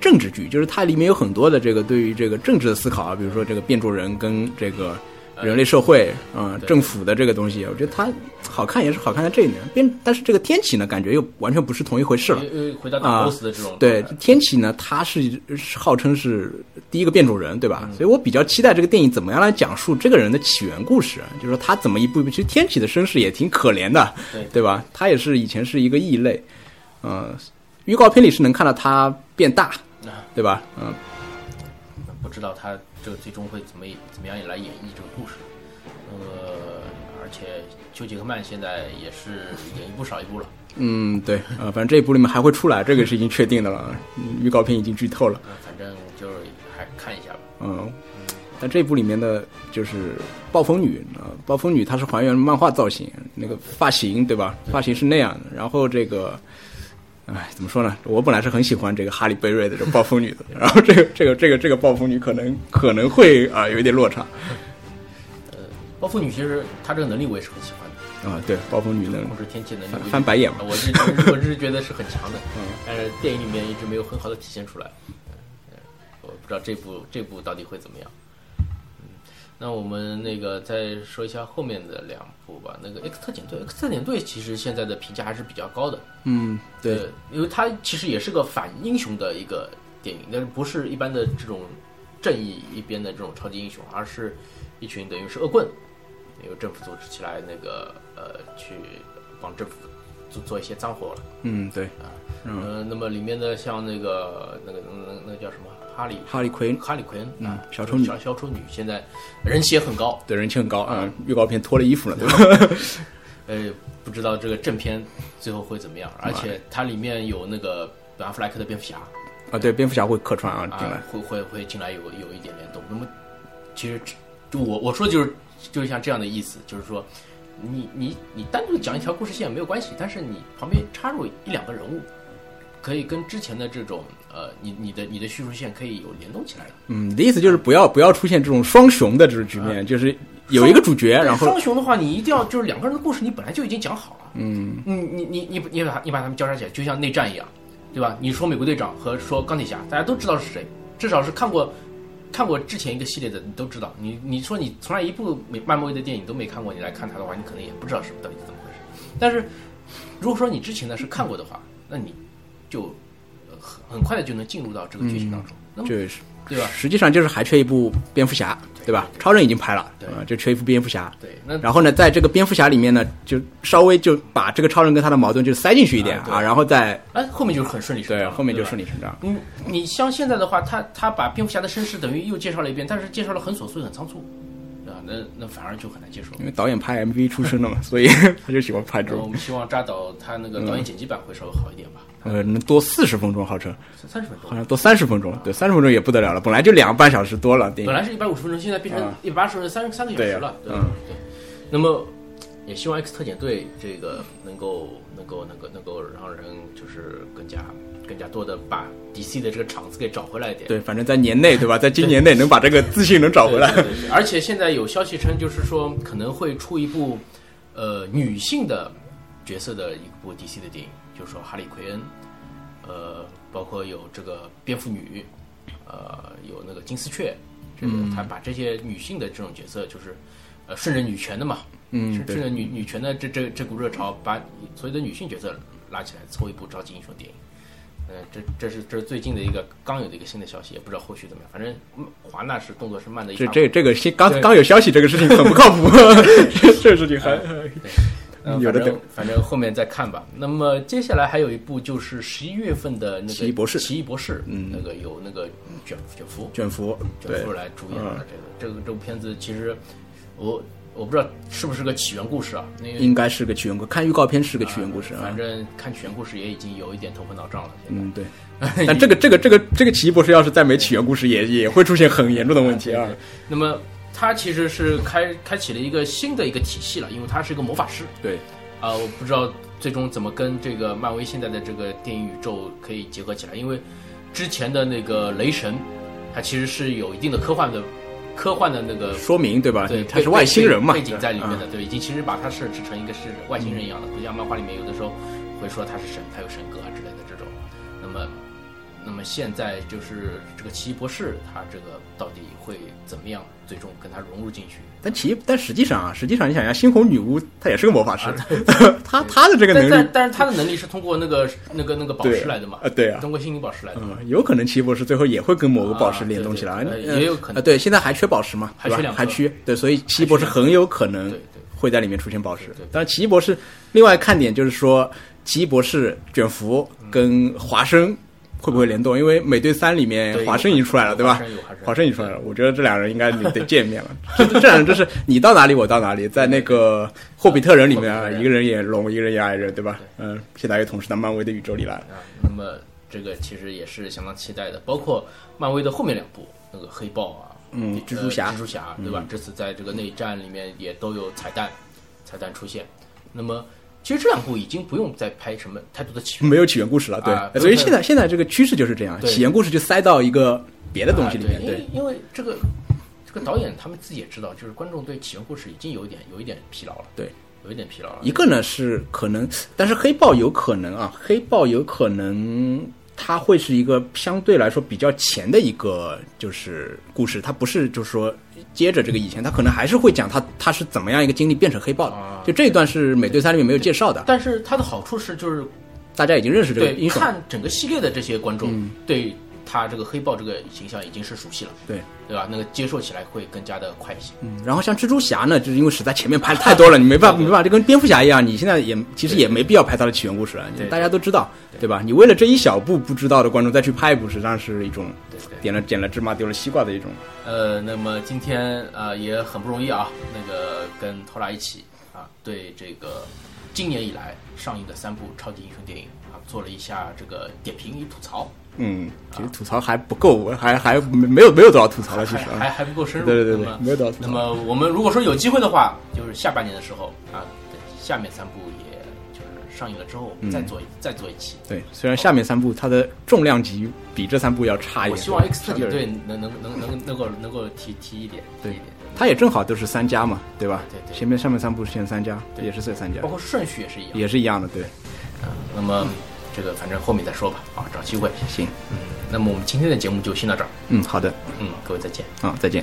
Speaker 2: 政治剧，就是它里面有很多的这个对于这个政治的思考啊，比如说这个变种人跟这个人类社会啊、呃政府的这个东西，我觉得它好看也是好看在这一点，变但是这个天启呢，感觉又完全不是同一回事了。
Speaker 1: 又呃又回到
Speaker 2: 啊
Speaker 1: 打 BOSS 的这种
Speaker 2: 对
Speaker 1: 状态，
Speaker 2: 天启呢，他是是号称是第一个变种人，对吧？所以我比较期待这个电影怎么样来讲述这个人的起源故事，啊就是说他怎么一步一步。其实天启的身世也挺可怜的，
Speaker 1: 对
Speaker 2: 吧？他也是以前是一个异类，呃，预告片里是能看到他变大，对吧？嗯、
Speaker 1: 不知道他这个最终会怎么怎么样来演绎这个故事。呃，而且休杰克曼现在也是演一部少一部了，
Speaker 2: 嗯，对，呃，反正这一部里面还会出来，这个是已经确定的了，嗯预告片已经剧透了。
Speaker 1: 嗯，反正就是还看一下吧。
Speaker 2: 嗯，但这部里面的就是暴风女啊、呃暴风女她是还原漫画造型，那个发型对吧？发型是那样的。然后这个，哎，怎么说呢？我本来是很喜欢这个哈利贝瑞的这个暴风女的， [LAUGHS] 然后这个这个这个这个暴风女可能可能会啊、有一点落差啊、
Speaker 1: 暴风女其实她这个能力我也是很喜欢的，
Speaker 2: 啊对，暴风女能
Speaker 1: 控制天气能力我
Speaker 2: 翻
Speaker 1: 也
Speaker 2: 翻白眼嘛？
Speaker 1: 我是我是觉得是很强的，但是电影里面一直没有很好的体现出来。嗯我不知道这部这部到底会怎么样。嗯，那我们那个再说一下后面的两部吧。那个《X 特警队》，《X 特警队》其实现在的评价还是比较高的。
Speaker 2: 嗯，对
Speaker 1: 呃，，因为它其实也是个反英雄的一个电影，但是不是一般的这种正义一边的这种超级英雄，而是一群等于是恶棍，由政府组织起来那个呃去帮政府做做一些脏活了。
Speaker 2: 嗯对，嗯
Speaker 1: 呃，那么里面的像那个那个那个那个叫什么哈利
Speaker 2: 哈利奎恩
Speaker 1: 哈利奎恩
Speaker 2: 嗯
Speaker 1: 啊，
Speaker 2: 小丑女
Speaker 1: 小小丑女现在人气也很高，
Speaker 2: 对人气很高啊、预告片脱了衣服了，对吧？
Speaker 1: 呃，不知道这个正片最后会怎么样，而且它里面有那个本阿弗莱克的蝙蝠侠
Speaker 2: 啊，对，蝙蝠侠会客串啊，进来
Speaker 1: 啊。，会会会进来有有一点联动。那么其实就我我说就是就是像这样的意思，就是说。你你你单独讲一条故事线没有关系，但是你旁边插入一两个人物，可以跟之前的这种呃，你你的你的叙述线可以有联动起来的。
Speaker 2: 嗯，你的意思就是不要不要出现这种双雄的这种局面，就是有一个主角，
Speaker 1: 但是
Speaker 2: 然后
Speaker 1: 啊双雄的话，你一定要就是两个人的故事，你本来就已经讲好了。嗯，你你你你你把你把他们交叉起来，就像内战一样，对吧？你说美国队长和说钢铁侠，大家都知道是谁，至少是看过看过之前一个系列的，你都知道。你你说你从来一部美漫威的电影都没看过，你来看它的话，你可能也不知道是到底是怎么回事。但是如果说你之前呢是看过的话，那你就呃很很快的就能进入到这个剧情当中。
Speaker 2: 嗯
Speaker 1: 那么
Speaker 2: 就是
Speaker 1: 对吧
Speaker 2: 实际上就是还缺一部蝙蝠侠，对吧？超人已经拍了，
Speaker 1: 对
Speaker 2: 啊，就缺一部蝙蝠侠。
Speaker 1: 对，那
Speaker 2: 然后呢，在这个蝙蝠侠里面呢，就稍微就把这个超人跟他的矛盾就塞进去一点
Speaker 1: 啊对
Speaker 2: 啊，然后再
Speaker 1: 哎后面就是很顺理成章
Speaker 2: 对
Speaker 1: 了，
Speaker 2: 后面就
Speaker 1: 吧
Speaker 2: 顺理成章。
Speaker 1: 嗯，你像现在的话，他他把蝙蝠侠的身世等于又介绍了一遍，但是介绍了很琐碎、很仓促，对吧？那那反而就很难接受。
Speaker 2: 因为导演拍 MV 出身
Speaker 1: [LAUGHS]
Speaker 2: 的嘛，所以他就喜欢拍这
Speaker 1: 然后我
Speaker 2: 种，
Speaker 1: 们希望扎导他
Speaker 2: 嗯
Speaker 1: 那个导演剪辑版会稍微好一点吧，
Speaker 2: 呃，能多四十分钟，号称
Speaker 1: 三十分
Speaker 2: 好
Speaker 1: 钟。
Speaker 2: 像多三十分钟，对，三十分钟也不得了了，本来就两个半小时多了，电
Speaker 1: 本
Speaker 2: 影，
Speaker 1: 来是一百五十分钟，现在变成
Speaker 2: 啊
Speaker 1: 一百八十三三个小
Speaker 2: 对
Speaker 1: 时
Speaker 2: 呀
Speaker 1: 了，对吧？
Speaker 2: 嗯
Speaker 1: 对。那么也希望 X 特遣队这个能够能够能够能够让人就是更加更加多的把 DC 的这个场子给找回来一点。
Speaker 2: 对，反正在年内对吧，在今年内能把这个自信能找回来。
Speaker 1: 对对对对而且现在有消息称，就是说可能会出一部呃女性的角色的一部 DC 的电影，就是说哈利奎恩，呃，包括有这个蝙蝠女，呃，有那个金丝雀，这个他把这些女性的这种角色，就是呃顺着女权的嘛，
Speaker 2: 嗯，
Speaker 1: 顺
Speaker 2: 对
Speaker 1: 顺。着女女权的这这这股热潮，把所有的女性角色拉起来，凑一部超级英雄电影。呃，这这是这是最近的一个刚有的一个新的消息，也不知道后续怎么样。反正嗯华纳是动作是慢的一
Speaker 2: 这
Speaker 1: 塌糊涂
Speaker 2: 这这个新刚
Speaker 1: 对
Speaker 2: 刚有消息，这个事情很不靠谱， [LAUGHS] 这这个事情还
Speaker 1: 呃
Speaker 2: 有的
Speaker 1: 反正
Speaker 2: 等
Speaker 1: 反正后面再看吧。那么接下来还有一部就是十一月份的那个《
Speaker 2: 奇异博士
Speaker 1: 奇异博士，嗯，那个有那个卷卷福
Speaker 2: 卷福，
Speaker 1: 卷
Speaker 2: 对嗯
Speaker 1: 福来主演的这个这个这部片子，其实我我不知道是不是个起源故事啊，因为
Speaker 2: 应该是个起源故，看预告片是个起源故事啊
Speaker 1: 反。正看起源故事也已经有一点头昏脑胀了。现在
Speaker 2: 嗯，对。 [LAUGHS] 但这个这个这个这个奇异博士要是再没起源故事，也也会出现很严重的问题啊。
Speaker 1: 那么他其实是开开启了一个新的一个体系了，因为他是一个魔法师，
Speaker 2: 对，
Speaker 1: 啊、我不知道最终怎么跟这个漫威现在的这个电影宇宙可以结合起来，因为之前的那个雷神，它其实是有一定的科幻的科幻的那个
Speaker 2: 说明对吧？
Speaker 1: 对
Speaker 2: 他是外星人嘛，
Speaker 1: 背景在里面
Speaker 2: 啊
Speaker 1: 的，对，已经其实把它设置成一个是外星人一样的，不像漫画里面有的时候会说他是神，他有神格啊之类的这种。那么，嗯那么现在就是这个奇异博士，他这个到底会怎么样？最终跟他融入进去？
Speaker 2: 但其但实际上啊，实际上你想一下，猩红女巫她也是个魔法师， [LAUGHS] 她
Speaker 1: 对
Speaker 2: 她的这个
Speaker 1: 但
Speaker 2: 能
Speaker 1: 但
Speaker 2: 力，
Speaker 1: 但是他的能力是通过那个那个那个宝
Speaker 2: 对
Speaker 1: 石来的嘛？
Speaker 2: 啊对啊
Speaker 1: 通过心灵宝石来的嘛。
Speaker 2: 嗯，有可能奇异博士最后也会跟某个宝石
Speaker 1: 啊
Speaker 2: 联动起来，
Speaker 1: 对对对
Speaker 2: 呃
Speaker 1: 也有可能
Speaker 2: 呃对，现在还缺宝石嘛，
Speaker 1: 还
Speaker 2: 对吧
Speaker 1: 缺两颗
Speaker 2: 还缺，对，所以奇异博士很有可能
Speaker 1: 对对
Speaker 2: 会在里面出现宝石
Speaker 1: 对对。
Speaker 2: 但奇异博士另外看点就是说，奇异博士卷福
Speaker 1: 嗯
Speaker 2: 跟华生会不会联动？因为美队三里面
Speaker 1: 啊对
Speaker 2: 华生已经出来了，
Speaker 1: 有
Speaker 2: 对吧
Speaker 1: 华生有华生？
Speaker 2: 华生已经出来了，我觉得这两人应该得见
Speaker 1: [LAUGHS]
Speaker 2: 面了。这这两人就是你到哪里我到哪里，在那个霍比特人里面
Speaker 1: 霍
Speaker 2: 啊，
Speaker 1: 比特人
Speaker 2: 一个人演龙，一个人演矮人，对吧？嗯，现在又同时到漫威的宇宙里来了。
Speaker 1: 啊，那么这个其实也是相当期待的，包括漫威的后面两部，那个黑豹啊，
Speaker 2: 嗯
Speaker 1: 呃
Speaker 2: 蜘蛛侠嗯
Speaker 1: 蜘蛛侠对吧？这次在这个内战里面也都有彩蛋，彩蛋出现。那么其实这两部已经不用再拍什么太多的起源
Speaker 2: 没有起源故事了，对，
Speaker 1: 啊
Speaker 2: 所以
Speaker 1: 对
Speaker 2: 现在现在这个趋势就是这样，
Speaker 1: 对
Speaker 2: 起源故事就塞到一个别的东西里
Speaker 1: 啊对，因
Speaker 2: 面，对
Speaker 1: 为因为这个这个导演他们自己也知道，就是观众对起源故事已经有一点有一点疲劳了，
Speaker 2: 对，
Speaker 1: 有一点疲劳了。
Speaker 2: 一个呢是可能，但是黑豹有可能啊，黑豹有可能它会是一个相对来说比较前的一个就是故事，它不是就是说接着这个以前，它可能还是会讲它它是怎么样一个经历变成黑豹的，
Speaker 1: 啊
Speaker 2: 就这一段是美队三里面没有介绍的，
Speaker 1: 但是它的好处是，就是
Speaker 2: 大家已经认识这个
Speaker 1: 对
Speaker 2: 英雄，
Speaker 1: 看整个系列的这些观
Speaker 2: 嗯
Speaker 1: 众对他这个黑豹这个形象已经是熟悉了，
Speaker 2: 对。
Speaker 1: 对吧？那个接受起来会更加的快一些。
Speaker 2: 嗯然后像蜘蛛侠呢，就是因为实在前面拍的
Speaker 1: [LAUGHS]
Speaker 2: 太多了，你没办法，没办法，就跟蝙蝠侠一样，你现在也其实也没必要拍他的起源故事了，
Speaker 1: 对对
Speaker 2: 大家都知道，对吧？你为了这一小部不知道的观众再去拍一部，实际上是一种
Speaker 1: 对对
Speaker 2: 点了捡了芝麻丢了西瓜的一种。
Speaker 1: 呃，那么今天啊、呃也很不容易啊，那个跟托拉一起啊，对这个今年以来上映的三部超级英雄电影啊，做了一下这个点评与吐槽，
Speaker 2: 嗯，
Speaker 1: 啊
Speaker 2: 其实吐槽还不够，我还还没没有没有多少吐槽了，其
Speaker 1: 还
Speaker 2: 实
Speaker 1: 还
Speaker 2: 啊，
Speaker 1: 还不够深入。
Speaker 2: 对对对对
Speaker 1: 那么
Speaker 2: 没有多少吐槽
Speaker 1: 那么我们如果说有机会的话，就是下半年的时候啊，对下面三部也就是上映了之后，我
Speaker 2: 嗯
Speaker 1: 们再做一、再做一期。
Speaker 2: 对，虽然下面三部它的重量级比这三部要差一
Speaker 1: 我
Speaker 2: 点，
Speaker 1: 希望 X 特
Speaker 2: 相对
Speaker 1: 警
Speaker 2: 而
Speaker 1: 队
Speaker 2: 言
Speaker 1: 能能能能能够能够提提一点，提一
Speaker 2: 对
Speaker 1: 点，，
Speaker 2: 它也正好都是三家嘛，对吧？
Speaker 1: 对对对
Speaker 2: 前面上面三部是前三家，也是这三家
Speaker 1: 包，括顺序也是一样。
Speaker 2: 也是一样的，对，
Speaker 1: 嗯那么这个反正后面再说吧，啊，找机会。
Speaker 2: 行，
Speaker 1: 嗯，那么我们今天的节目就先到这儿，
Speaker 2: 嗯，好的，
Speaker 1: 嗯，各位再见。
Speaker 2: 啊，再见。